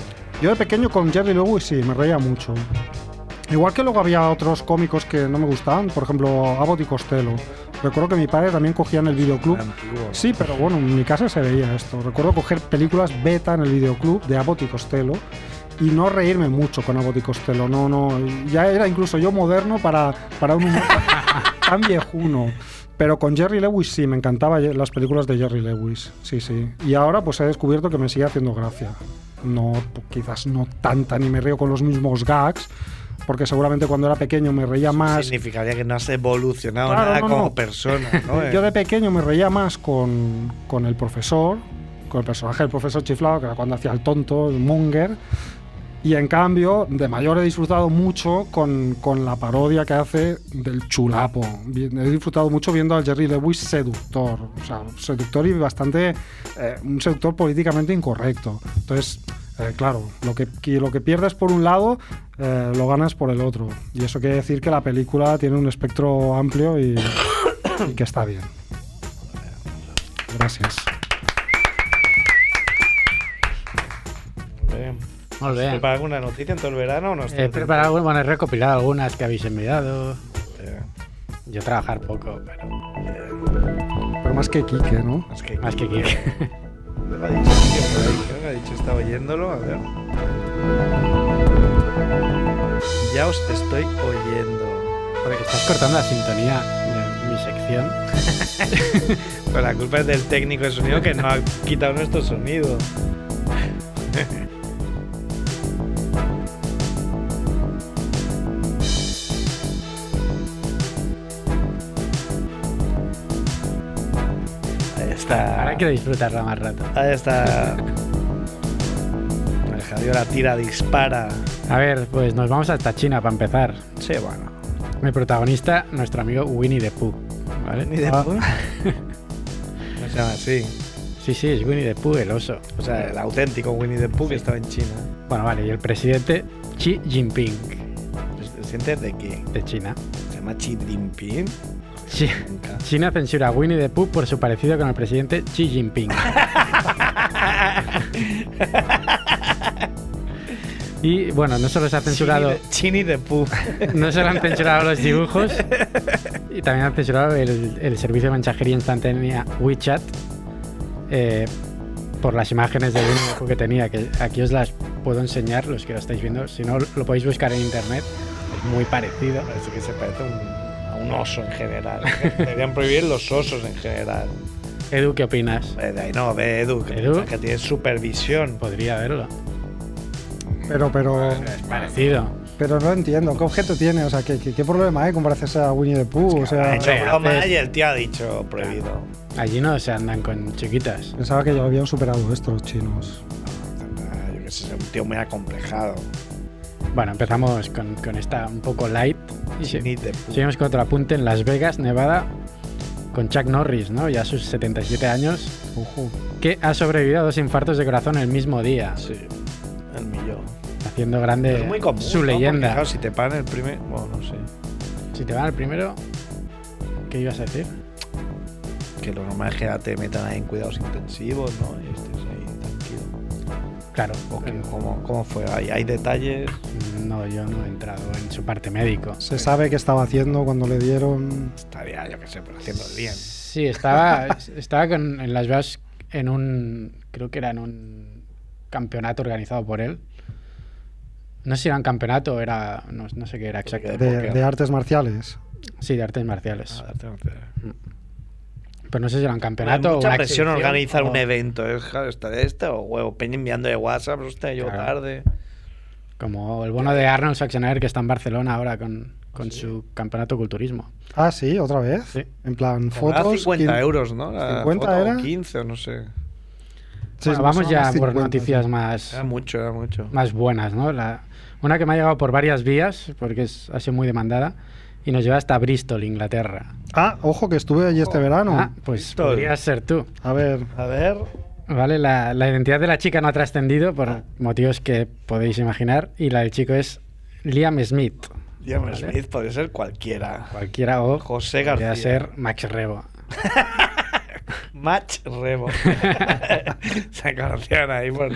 S4: Yo de pequeño con Jerry Lewis sí, me reía mucho. Igual que luego había otros cómicos que no me gustaban, por ejemplo Abbott y Costello. Recuerdo que mi padre también cogía en el videoclub.
S3: Antiguo.
S4: Sí, pero bueno, en mi casa se veía esto. Recuerdo coger películas beta en el videoclub de Abbott y Costello y no reírme mucho con Abbott y Costello. No, no, ya era incluso yo moderno para, para un humor tan viejuno. Pero con Jerry Lewis sí, me encantaba ye- las películas de Jerry Lewis. Sí, sí. Y ahora pues he descubierto que me sigue haciendo gracia. No, p- quizás no tanta, ni me río con los mismos gags, porque seguramente cuando era pequeño me reía más.
S3: Significaría que no has evolucionado
S4: Ah, Claro,
S3: nada
S4: no,
S3: como
S4: no.
S3: persona. ¿no? Eh,
S4: Yo de pequeño me reía más con, con el profesor, con el personaje del profesor chiflado, que era cuando hacía el tonto, el monger, Y en cambio, de mayor he disfrutado mucho con, con la parodia que hace del chulapo. Bien, He disfrutado mucho viendo al Jerry Lewis seductor. O sea, seductor y bastante. eh, un seductor políticamente incorrecto. Entonces, eh, claro, lo que, que lo que pierdes por un lado, eh, lo ganas por el otro. Y eso quiere decir que la película tiene un espectro amplio y, y que está bien. Gracias.
S7: Molt bé.
S10: ¿Te pagan alguna noticia en todo el verano o no?
S7: He preparado, bueno, he recopilado algunas que habéis enviado. Yo trabajar poco, pero
S4: Pero más que Quique, ¿no?
S10: Es que,
S7: más que quiero.
S10: ha dicho, tío, por ahí, que ha dicho, está oyéndolo, a ver. Ya os estoy oyendo.
S7: Porque estás cortando la sintonía de mi sección.
S10: Pero la culpa es del técnico de sonido que no ha quitado nuestro sonido. Ahí está.
S7: Ahora quiero disfrutarla más rato.
S10: Ahí está. El Javier la tira, dispara.
S7: A ver, pues nos vamos hasta China para empezar.
S10: Sí, bueno.
S7: Mi protagonista, nuestro amigo Winnie the Pooh. ¿vale?
S10: Winnie the
S7: Ah,
S10: Pooh. No se llama así.
S7: Sí, sí, es Winnie the Pooh, el oso.
S10: O sea, el auténtico Winnie the Pooh que estaba en China.
S7: Bueno, vale, y el presidente Xi Jinping
S10: ¿El presidente de qué?
S7: de China.
S10: ¿Se llama Xi Jinping?
S7: Chi-
S10: Nunca.
S7: China censura a Winnie the Pooh por su parecido con el presidente Xi Jinping. Y bueno, no solo se ha censurado,
S10: Chini de Pooh.
S7: no solo han censurado los dibujos, y también han censurado el, el servicio de mensajería instantánea WeChat eh, por las imágenes de Winnie the Pooh que tenía, que aquí os las puedo enseñar, los que lo estáis viendo, si no lo podéis buscar en internet, es muy parecido.
S10: Parece que se parece a un- a un oso en general. Deberían prohibir los osos en general.
S7: Edu, ¿qué opinas?
S10: Eh, de ahí no, ve Edu, que,
S7: Edu. Pues,
S10: que tiene supervisión.
S7: Podría verlo.
S4: Pero, pero. eh,
S7: Es parecido.
S4: Pero no entiendo, ¿qué objeto tiene? O sea, ¿qué, qué, qué problema hay con parecerse a Winnie the Pooh? O
S10: Ha
S4: sea,
S10: hecho
S7: hombre,
S10: broma
S7: haces-
S10: y el tío ha dicho prohibido.
S7: Allí no se andan con chiquitas.
S4: pensaba que ya lo habían superado estos chinos.
S10: Ah, Yo que sé, es un tío muy acomplejado.
S7: Bueno, empezamos con, con esta un poco light. Y se-
S10: Ni de pu-
S7: seguimos con otro apunte en Las Vegas, Nevada, con Chuck Norris, ¿no? Ya a sus 77 años,
S4: Ojo.
S7: que ha sobrevivido a dos infartos de corazón el mismo día,
S10: Sí, el millón.
S7: haciendo grande
S10: es muy común.
S7: Eh, su
S10: ¿no? Porque,
S7: leyenda.
S10: claro, si te pagan el primer. Bueno, no sé.
S7: Si te van al primero, ¿qué ibas a decir?
S10: Que lo normal es que ya te metan ahí en cuidados intensivos, ¿no? Y estés ahí tranquilo.
S7: Claro,
S10: ¿O qué? ¿Cómo, cómo fue? ¿Hay, hay detalles?
S7: no, yo no he entrado en su parte médico.
S4: Se sabe qué estaba haciendo cuando le dieron.
S10: Estaría, yo qué sé, pero haciendo el bien.
S7: Sí, estaba, estaba con- en Las Vegas en un. Creo que era en un campeonato organizado por él. No sé si era un campeonato o era. No, no sé qué era
S4: De,
S7: exactamente.
S4: de artes marciales.
S7: Sí, de artes marciales.
S10: Nada, tengo que-
S7: Pero no sé si era un campeonato o
S10: mucha
S7: una
S10: presión
S7: exhibición
S10: organizar
S7: o-
S10: un evento. ¿eh? Joder, Esta de esta, o huevo, Peña enviando de WhatsApp, usted llegó
S7: Claro.
S10: tarde.
S7: Como el bono de Arnold Schwarzenegger que está en Barcelona ahora con, con su campeonato culturismo.
S4: Ah, sí, otra vez.
S7: Sí.
S4: En plan,
S10: Cobraba
S4: fotos.
S10: 50
S4: quin-
S10: euros, ¿no?
S3: Ah,
S10: La
S4: 50
S10: foto, o
S4: era.
S10: 15, o no sé.
S4: Sí,
S7: Bueno,
S4: más o
S7: vamos ya
S4: menos
S7: por
S4: 50,
S7: noticias más,
S10: Era mucho, era mucho.
S7: más buenas, ¿no? La- una que me ha llegado por varias vías, porque es, ha sido muy demandada, y nos lleva hasta Bristol, Inglaterra.
S4: sí. Ah, ojo, que estuve allí este verano.
S7: Ah, pues
S10: Bristol.
S7: podrías ser tú.
S4: A ver,
S10: A ver.
S7: Vale, la, la identidad de la chica no ha trascendido por
S10: Ah.
S7: motivos que podéis imaginar y la del chico es Liam Smith,
S10: Liam
S7: Vale.
S10: Smith puede ser cualquiera.
S7: cualquiera o
S10: José
S7: podría
S10: García.
S7: ser Max Rebo.
S10: Match Rebo. Se conocían ahí por.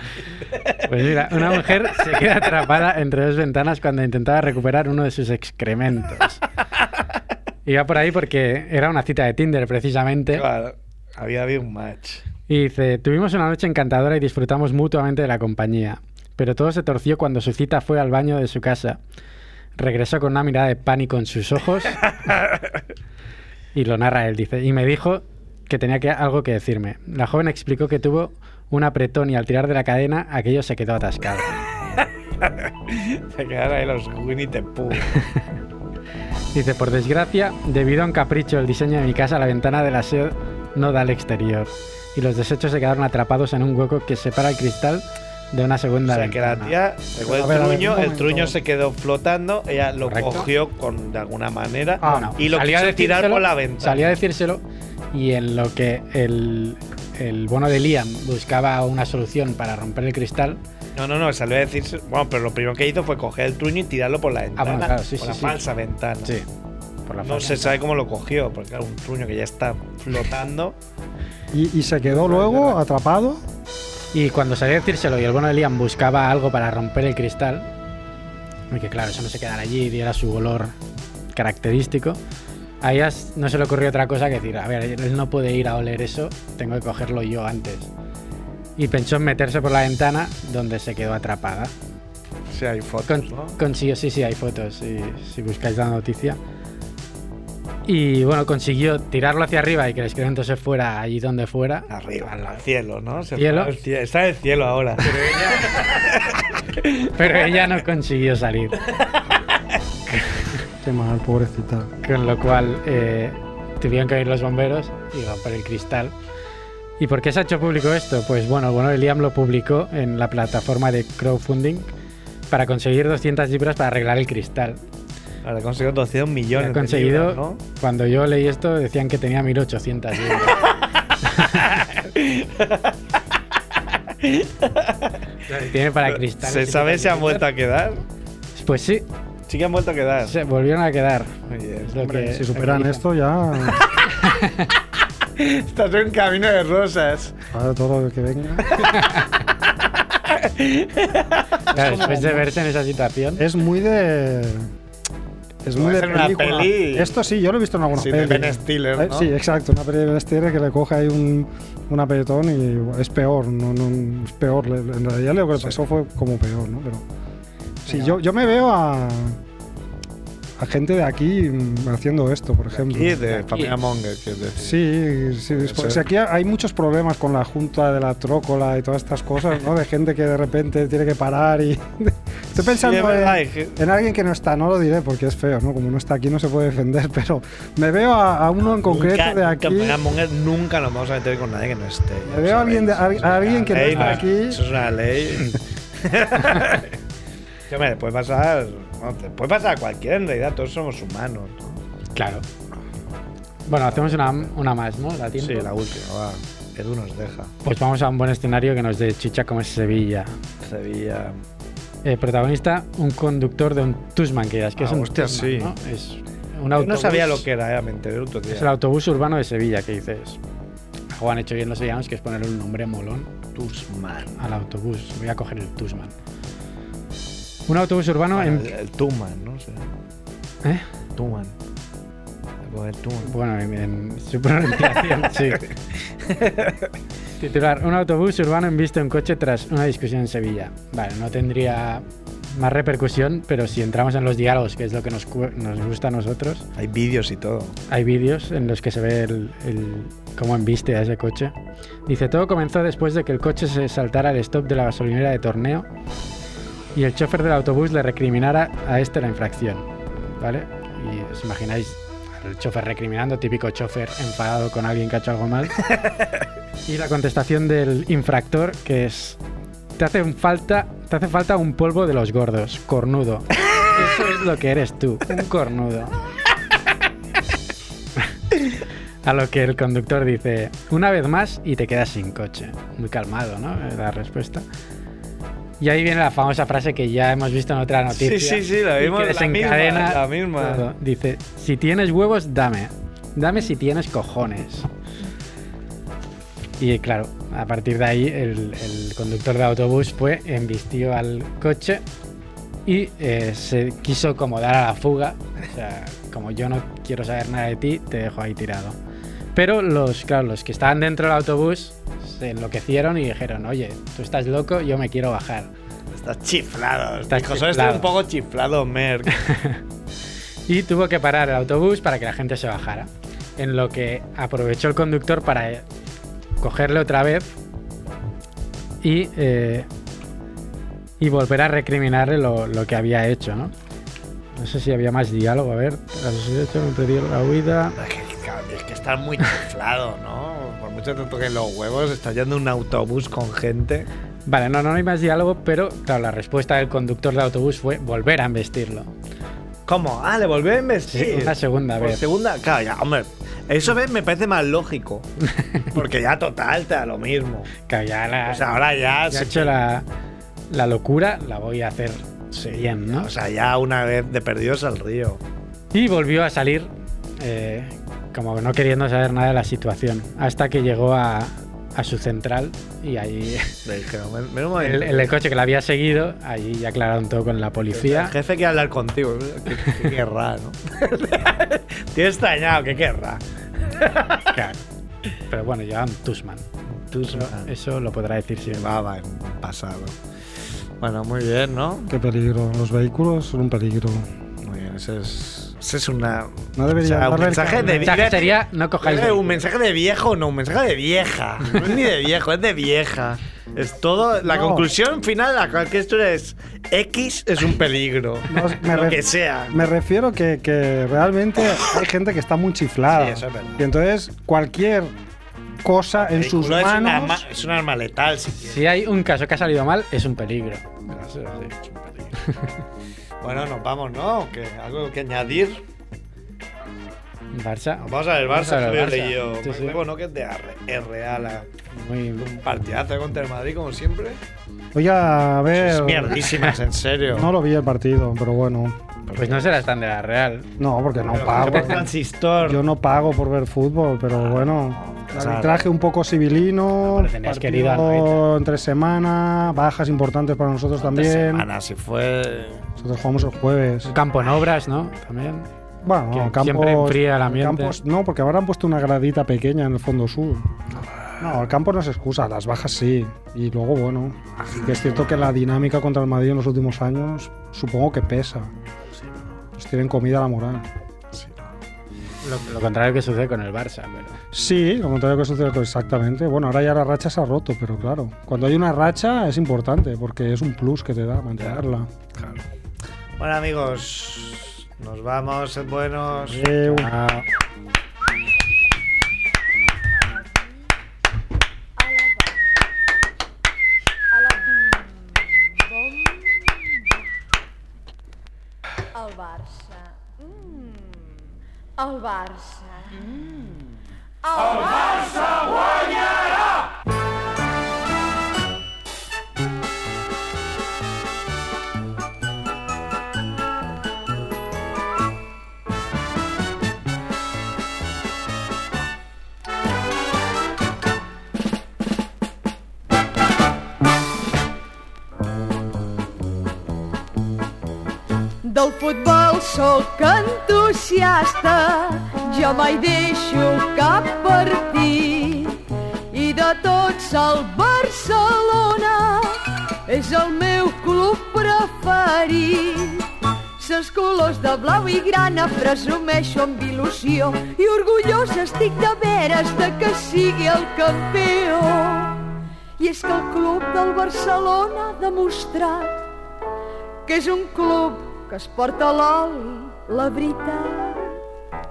S7: Pues mira, una mujer se queda atrapada entre dos ventanas cuando intentaba recuperar uno de sus excrementos. Iba por ahí porque era una cita de Tinder precisamente.
S10: Claro, había habido un match.
S7: Y dice, tuvimos una noche encantadora y disfrutamos mutuamente de la compañía, pero todo se torció cuando su cita fue al baño de su casa. Regresó con una mirada de pánico en sus ojos y lo narra él, dice, y me dijo que tenía que, algo que decirme. La joven explicó que tuvo un apretón y al tirar de la cadena aquello se quedó atascado.
S10: Se quedaron ahí los Winnie the Pooh.
S7: Dice, por desgracia, debido a un capricho del diseño de mi casa, la ventana del aseo no da al exterior y los desechos se quedaron atrapados en un hueco que separa el cristal de una segunda
S3: O sea, que la
S7: ventana.
S3: tía pegó
S4: A
S3: el
S4: ver, a ver, un
S3: truño, el
S4: momento.
S3: truño se quedó flotando, ella lo
S7: Correcto.
S3: cogió con, de alguna manera
S4: Ah,
S7: Bueno,
S3: y lo
S7: salía
S3: quiso
S7: a
S3: tirar
S7: decírselo-
S3: por la ventana.
S7: Salía a decírselo y en lo que el, el bono de Liam buscaba una solución para romper el cristal,
S3: No, no, no, salió a decirse. Bueno, pero lo primero que hizo fue coger el truño y tirarlo por la ventana.
S7: Ah, bueno, claro, sí,
S3: por
S7: sí,
S3: la
S7: sí.
S3: falsa ventana.
S7: sí, por la
S3: No
S7: falda.
S3: se sabe cómo lo cogió, porque era un truño que ya está flotando.
S4: Y, y se quedó luego atrapado.
S7: Y cuando salía a decírselo y el bono de Liam buscaba algo para romper el cristal, y que claro, eso no se quedara allí y diera su olor característico, a ellas no se le ocurrió otra cosa que decir, a ver, él no puede ir a oler eso, tengo que cogerlo yo antes. Y pensó en meterse por la ventana donde se quedó atrapada.
S3: Sí, hay fotos,
S7: Con-
S3: ¿no?
S7: Consiguió, sí, sí, hay fotos, si, si buscáis la noticia. Y bueno, consiguió tirarlo hacia arriba y que el excremento se fuera allí donde fuera.
S3: Arriba,
S7: Al-
S3: al cielo, ¿no? Se
S7: Cielo.
S3: fue al cie- Está en el cielo ahora.
S7: Pero ella no consiguió salir.
S4: Qué mal, pobrecita.
S7: Con lo cual eh, tuvieron que ir los bomberos y romper el cristal. ¿Y por qué se ha hecho público esto? Pues bueno, bueno, Liam lo publicó en la plataforma de crowdfunding para conseguir 200 libras para arreglar el cristal.
S3: Ahora ha conseguido 200 millones.
S7: ha
S3: de
S7: conseguido,
S3: libras, ¿no?
S7: cuando yo leí esto, decían que tenía 1800 libras. Tiene para cristal.
S3: ¿Se sabe si han vuelto a quedar?
S7: Pues sí,
S3: Sí que han vuelto a quedar.
S7: se volvieron a quedar.
S3: Muy bien.
S7: Es lo que-
S4: Si superan esto ya...
S3: Estás en camino de rosas.
S4: Ahora todo lo que venga.
S7: Claro, después de verse en esa situación.
S4: Es muy de... Es muy de
S3: ser una
S4: película.
S3: peli.
S4: Esto sí, yo lo he visto en alguna
S3: Sí, de
S4: peli.
S3: Ben Stiller,
S4: Eh,
S3: ¿no?
S4: Sí, exacto. Una peli de Ben Stiller que le coge ahí un, un apetón y es peor. No, no- es peor. Le- En realidad lo que le pasó fue como peor, ¿no? Pero... Sí, yo, yo me veo a... A gente de aquí mm, haciendo esto, por ejemplo.
S3: Y de familia Monger, quiero decir.
S4: Sí, sí, es por-
S3: ser.
S4: si aquí hay muchos problemas con la junta de la trócola y todas estas cosas, ¿no? De gente que de repente tiene que parar y... Estoy pensando
S3: es verdad, es
S4: en,
S3: que-
S4: en alguien que no está, no lo diré porque es feo, ¿no? Como no está aquí no se puede defender, pero me veo a, a uno en concreto
S3: nunca,
S4: de
S3: nunca
S4: aquí...
S3: Familia Monger nunca nos vamos a meter con nadie que no esté.
S4: Me veo a alguien de- a- a alguien que no
S3: Ley,
S4: esté aquí.
S3: Eso es una ley. Yo me Eh, puede pasar. no, te puede pasar a cualquiera en realidad, todos somos humanos. ¿no?
S7: Claro. Bueno, hacemos una, una más, ¿no? ¿Da tiempo?
S3: Sí, la última, va. Edu nos deja.
S7: Pues vamos a un buen escenario que nos dé chicha como es Sevilla.
S3: Sevilla.
S7: Eh, protagonista, un conductor de un Tusman, que es que es
S3: Ah,
S7: un
S3: hostia,
S7: Tussman,
S3: sí.
S7: ¿no? Es un
S3: Yo
S7: autobús,
S3: no sabía lo que era, eh, me enteré el otro día.
S7: Es el autobús urbano de Sevilla, que dices. Algo han hecho bien los sevillanos, que es ponerle un nombre molón
S3: Tusman.
S7: al autobús. Voy a coger el Tusman. Un autobús urbano
S3: Bueno,
S7: en...
S3: el, el Tuman, ¿no? sé.
S7: ¿Eh?
S3: Tuman. El Tuman.
S7: Bueno, en, en su pronunciación, sí. Titular, un autobús urbano en visto en coche tras una discusión en Sevilla. Vale, no tendría más repercusión, pero si entramos en los diálogos, que es lo que nos, cu- nos gusta a nosotros,
S3: Hay vídeos y todo.
S7: hay vídeos en los que se ve el, el- cómo embiste a ese coche. Dice, todo comenzó después de que el coche se saltara al stop de la gasolinera de torneo y el chofer del autobús le recriminara a este la infracción. ¿Vale? Y os imagináis al chofer recriminando, típico chofer enfadado con alguien que ha hecho algo mal. y la contestación del infractor que es, te hace un falta... Te hace falta un polvo de los gordos, cornudo. Eso es lo que eres tú, un cornudo. A lo que el conductor dice, una vez más y te quedas sin coche. Muy calmado, ¿no? La respuesta. Y ahí viene la famosa frase que ya hemos visto en otra noticia.
S3: Sí, sí, sí, la
S7: y que
S3: vimos, la
S7: desencadena
S3: misma, la misma.
S7: todo. Dice, si tienes huevos, dame. Dame si tienes cojones. Y claro, a partir de ahí el, el conductor de autobús fue, embistió al coche y eh, se quiso como dar a la fuga. O sea, como yo no quiero saber nada de ti, te dejo ahí tirado. Pero los, claro, los que estaban dentro del autobús se enloquecieron y dijeron, oye, tú estás loco, yo me quiero bajar.
S3: Estás chiflado.
S7: Estás
S3: Dijo, "Solo
S7: chiflado".
S3: Estás un poco chiflado, Merck.
S7: Y tuvo que parar el autobús para que la gente se bajara. En lo que aprovechó el conductor para eh, cogerle otra vez y, eh, y volver a recriminarle lo, lo que había hecho, ¿no? No sé si había más diálogo, a ver. Tras los hechos, me impidió la huida.
S3: Es que, claro, es que estás muy chiflado, ¿no? Por mucho que te toquen los huevos, estás yendo en un autobús con gente.
S7: Vale, no, no hay más diálogo, pero claro, la respuesta del conductor de autobús fue volver a investirlo.
S10: ¿Cómo? Ah, le volví a investir.
S7: Sí, una segunda
S10: Por
S7: vez.
S10: segunda, claro, ya, hombre. Eso ¿ves? me parece más lógico. Porque ya total te da lo mismo.
S7: Claro, ya la,
S10: O sea, Pues ahora ya.
S7: ya
S10: se-
S7: he hecho la, la locura, la voy a hacer bien, ¿no?
S10: O sea, ya una vez de perdidos al río.
S7: Y volvió a salir, eh, como no queriendo saber nada de la situación, hasta que llegó a, a su central y ahí
S10: Le dijeron, "Ven- ven un momento".
S7: el, el coche que la había seguido, ahí ya aclararon todo con la
S10: El
S7: policía.
S10: jefe quiere hablar contigo. ¿Qué, qué querrá, no? Te he extrañado, ¿qué querrá?
S7: Claro. Pero bueno, llevaban Tusman.
S10: Tusman.
S7: Eso lo podrá decir si
S10: Llevaba en pasado. Bueno, muy bien, ¿no?
S4: Qué peligro. Los vehículos son un peligro.
S10: Muy bien, ese es. Ese es una.
S4: No debería
S10: un
S4: darle el
S10: mensaje
S4: carnet.
S10: de
S7: El mensaje
S10: vida.
S7: sería no cojáis
S10: un
S7: vehículos.
S10: mensaje de viejo, no, un mensaje de vieja. No es ni de viejo, es de vieja. Es todo. La
S4: No.
S10: conclusión final a cualquier historia es X es un peligro.
S4: No,
S7: Pues
S4: me
S10: lo
S4: ref-
S10: que sea.
S4: Me refiero que, que realmente hay gente que está muy chiflada.
S10: Sí, eso es verdad.
S4: Y entonces cualquier cosa en
S10: Ridículo,
S4: sus
S10: es, una
S4: manos.
S10: ma- es un arma letal, si quieres. eh,
S7: Si hay un caso que ha salido mal, es un peligro.
S10: Bueno, nos vamos, ¿no? ¿Qué- ¿Algo que añadir?
S7: Barça,
S10: Vamos a ver el
S7: Vamos
S10: Barça,
S7: a ver el
S10: Javier
S7: Barça.
S10: Leguío.
S7: Sí, sí.
S10: Bueno, que es de Arre- es real. a-
S7: muy,
S10: Un partidazo contra el Madrid, como siempre.
S4: Oiga, a ver.
S10: Mierdísimas, en serio.
S4: No lo vi el partido, pero bueno.
S7: pues no serás tan de la Real.
S4: No, porque no
S10: Pero
S4: pago.
S10: es transistor.
S4: Yo no pago por ver fútbol, pero bueno.
S10: Ah, Claro. Ah,
S4: Traje un poco civilino.
S7: pero tenías
S4: partido
S7: querido al
S4: entre semana, bajas importantes para nosotros también.
S10: Semana, si fue.
S4: Nosotros jugamos el jueves.
S7: Un campo en obras, ¿no? También.
S4: Bueno,
S7: Que
S4: campos-
S7: siempre enfría el ambiente.
S4: campos- no, porque ahora han puesto una gradita pequeña en el fondo sur. No, el campo no es excusa, las bajas sí. Y luego, bueno, sí que es cierto que la dinámica contra el Madrid en los últimos años supongo que pesa. Nos tienen comida a la moral.
S7: Lo, lo contrario que sucede con el Barça. Pero...
S4: Sí, lo contrario que sucede con- exactamente. Bueno, ahora ya la racha se ha roto, pero claro, cuando hay una racha es importante porque es un plus que te da mantenerla.
S10: Bueno, amigos, nos vamos, sed buenos.
S4: Eh,
S7: Ah,
S1: El Barça. Mm. El Barça. El Barça Del futbol sóc entusiasta, jo mai deixo cap partit. I de tots el Barcelona és el meu club preferit. Ses colors de blau i grana presumeixo amb il·lusió i orgullós estic de veres de que sigui el campió. I és que el club del Barcelona ha demostrat que és un club que es porta l'oli, la veritat.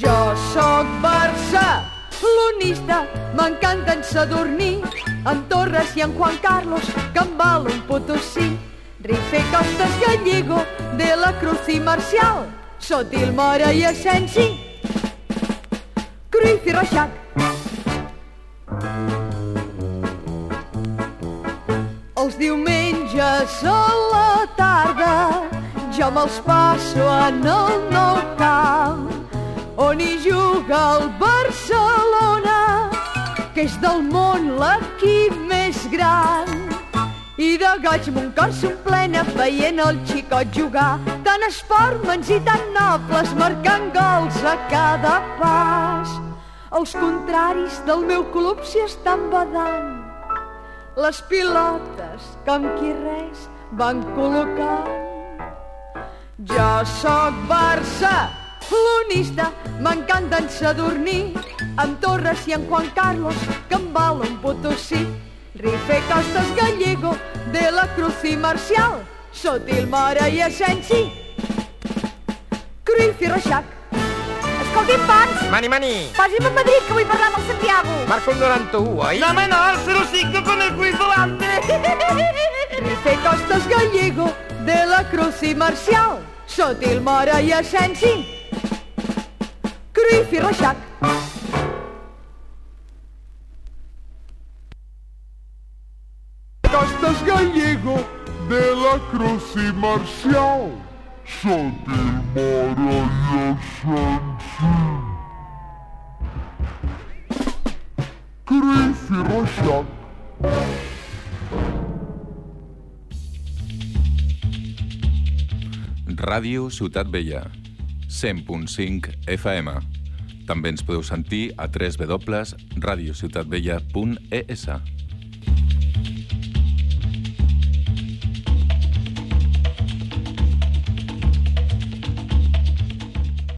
S1: Jo sóc Barça, l'unista, m'encanta en Sadurní, en Torres i en Juan Carlos, que em val un potosí. Rife, Costas, Gallego, De la Cruz i Marcial, Sotil, Mora i Asensi, Cruyff i Reixac, Els diumenges a la tarda jo me'ls passo en el nou camp on hi juga el Barcelona que és del món l'equip més gran i de goig mon cor s'omplena veient el xicot jugar tan esportmans i tan nobles marcant gols a cada pas els contraris del meu club s'hi estan badant les pilotes que amb qui res van col·locar. Jo sóc Barça, l'unista, m'encanta en Sadurní, en Torres i en Juan Carlos, que em val un potosí. Rife, Costas, Gallego, De la Cruz i Marcial, Sotil, Mora i Asensi, Cruyff i Reixac. Està Escolti, Pons,
S2: Mani, mani.
S1: posi'm a Madrid, que vull parlar amb el Santiago.
S2: Marca un 91, oi?
S11: Dame no, el 05 con el quiz delante.
S1: Refe Costas Gallego, de la Cruz i Marcial, Sotil Mora i Asensi, Cruyff i Reixac.
S2: Costas Gallego de la Cruz y Marcial.
S5: Ràdio Ciutat Vella, 100.5 FM. E També ens podeu sentir a www.radiociutatvella.es.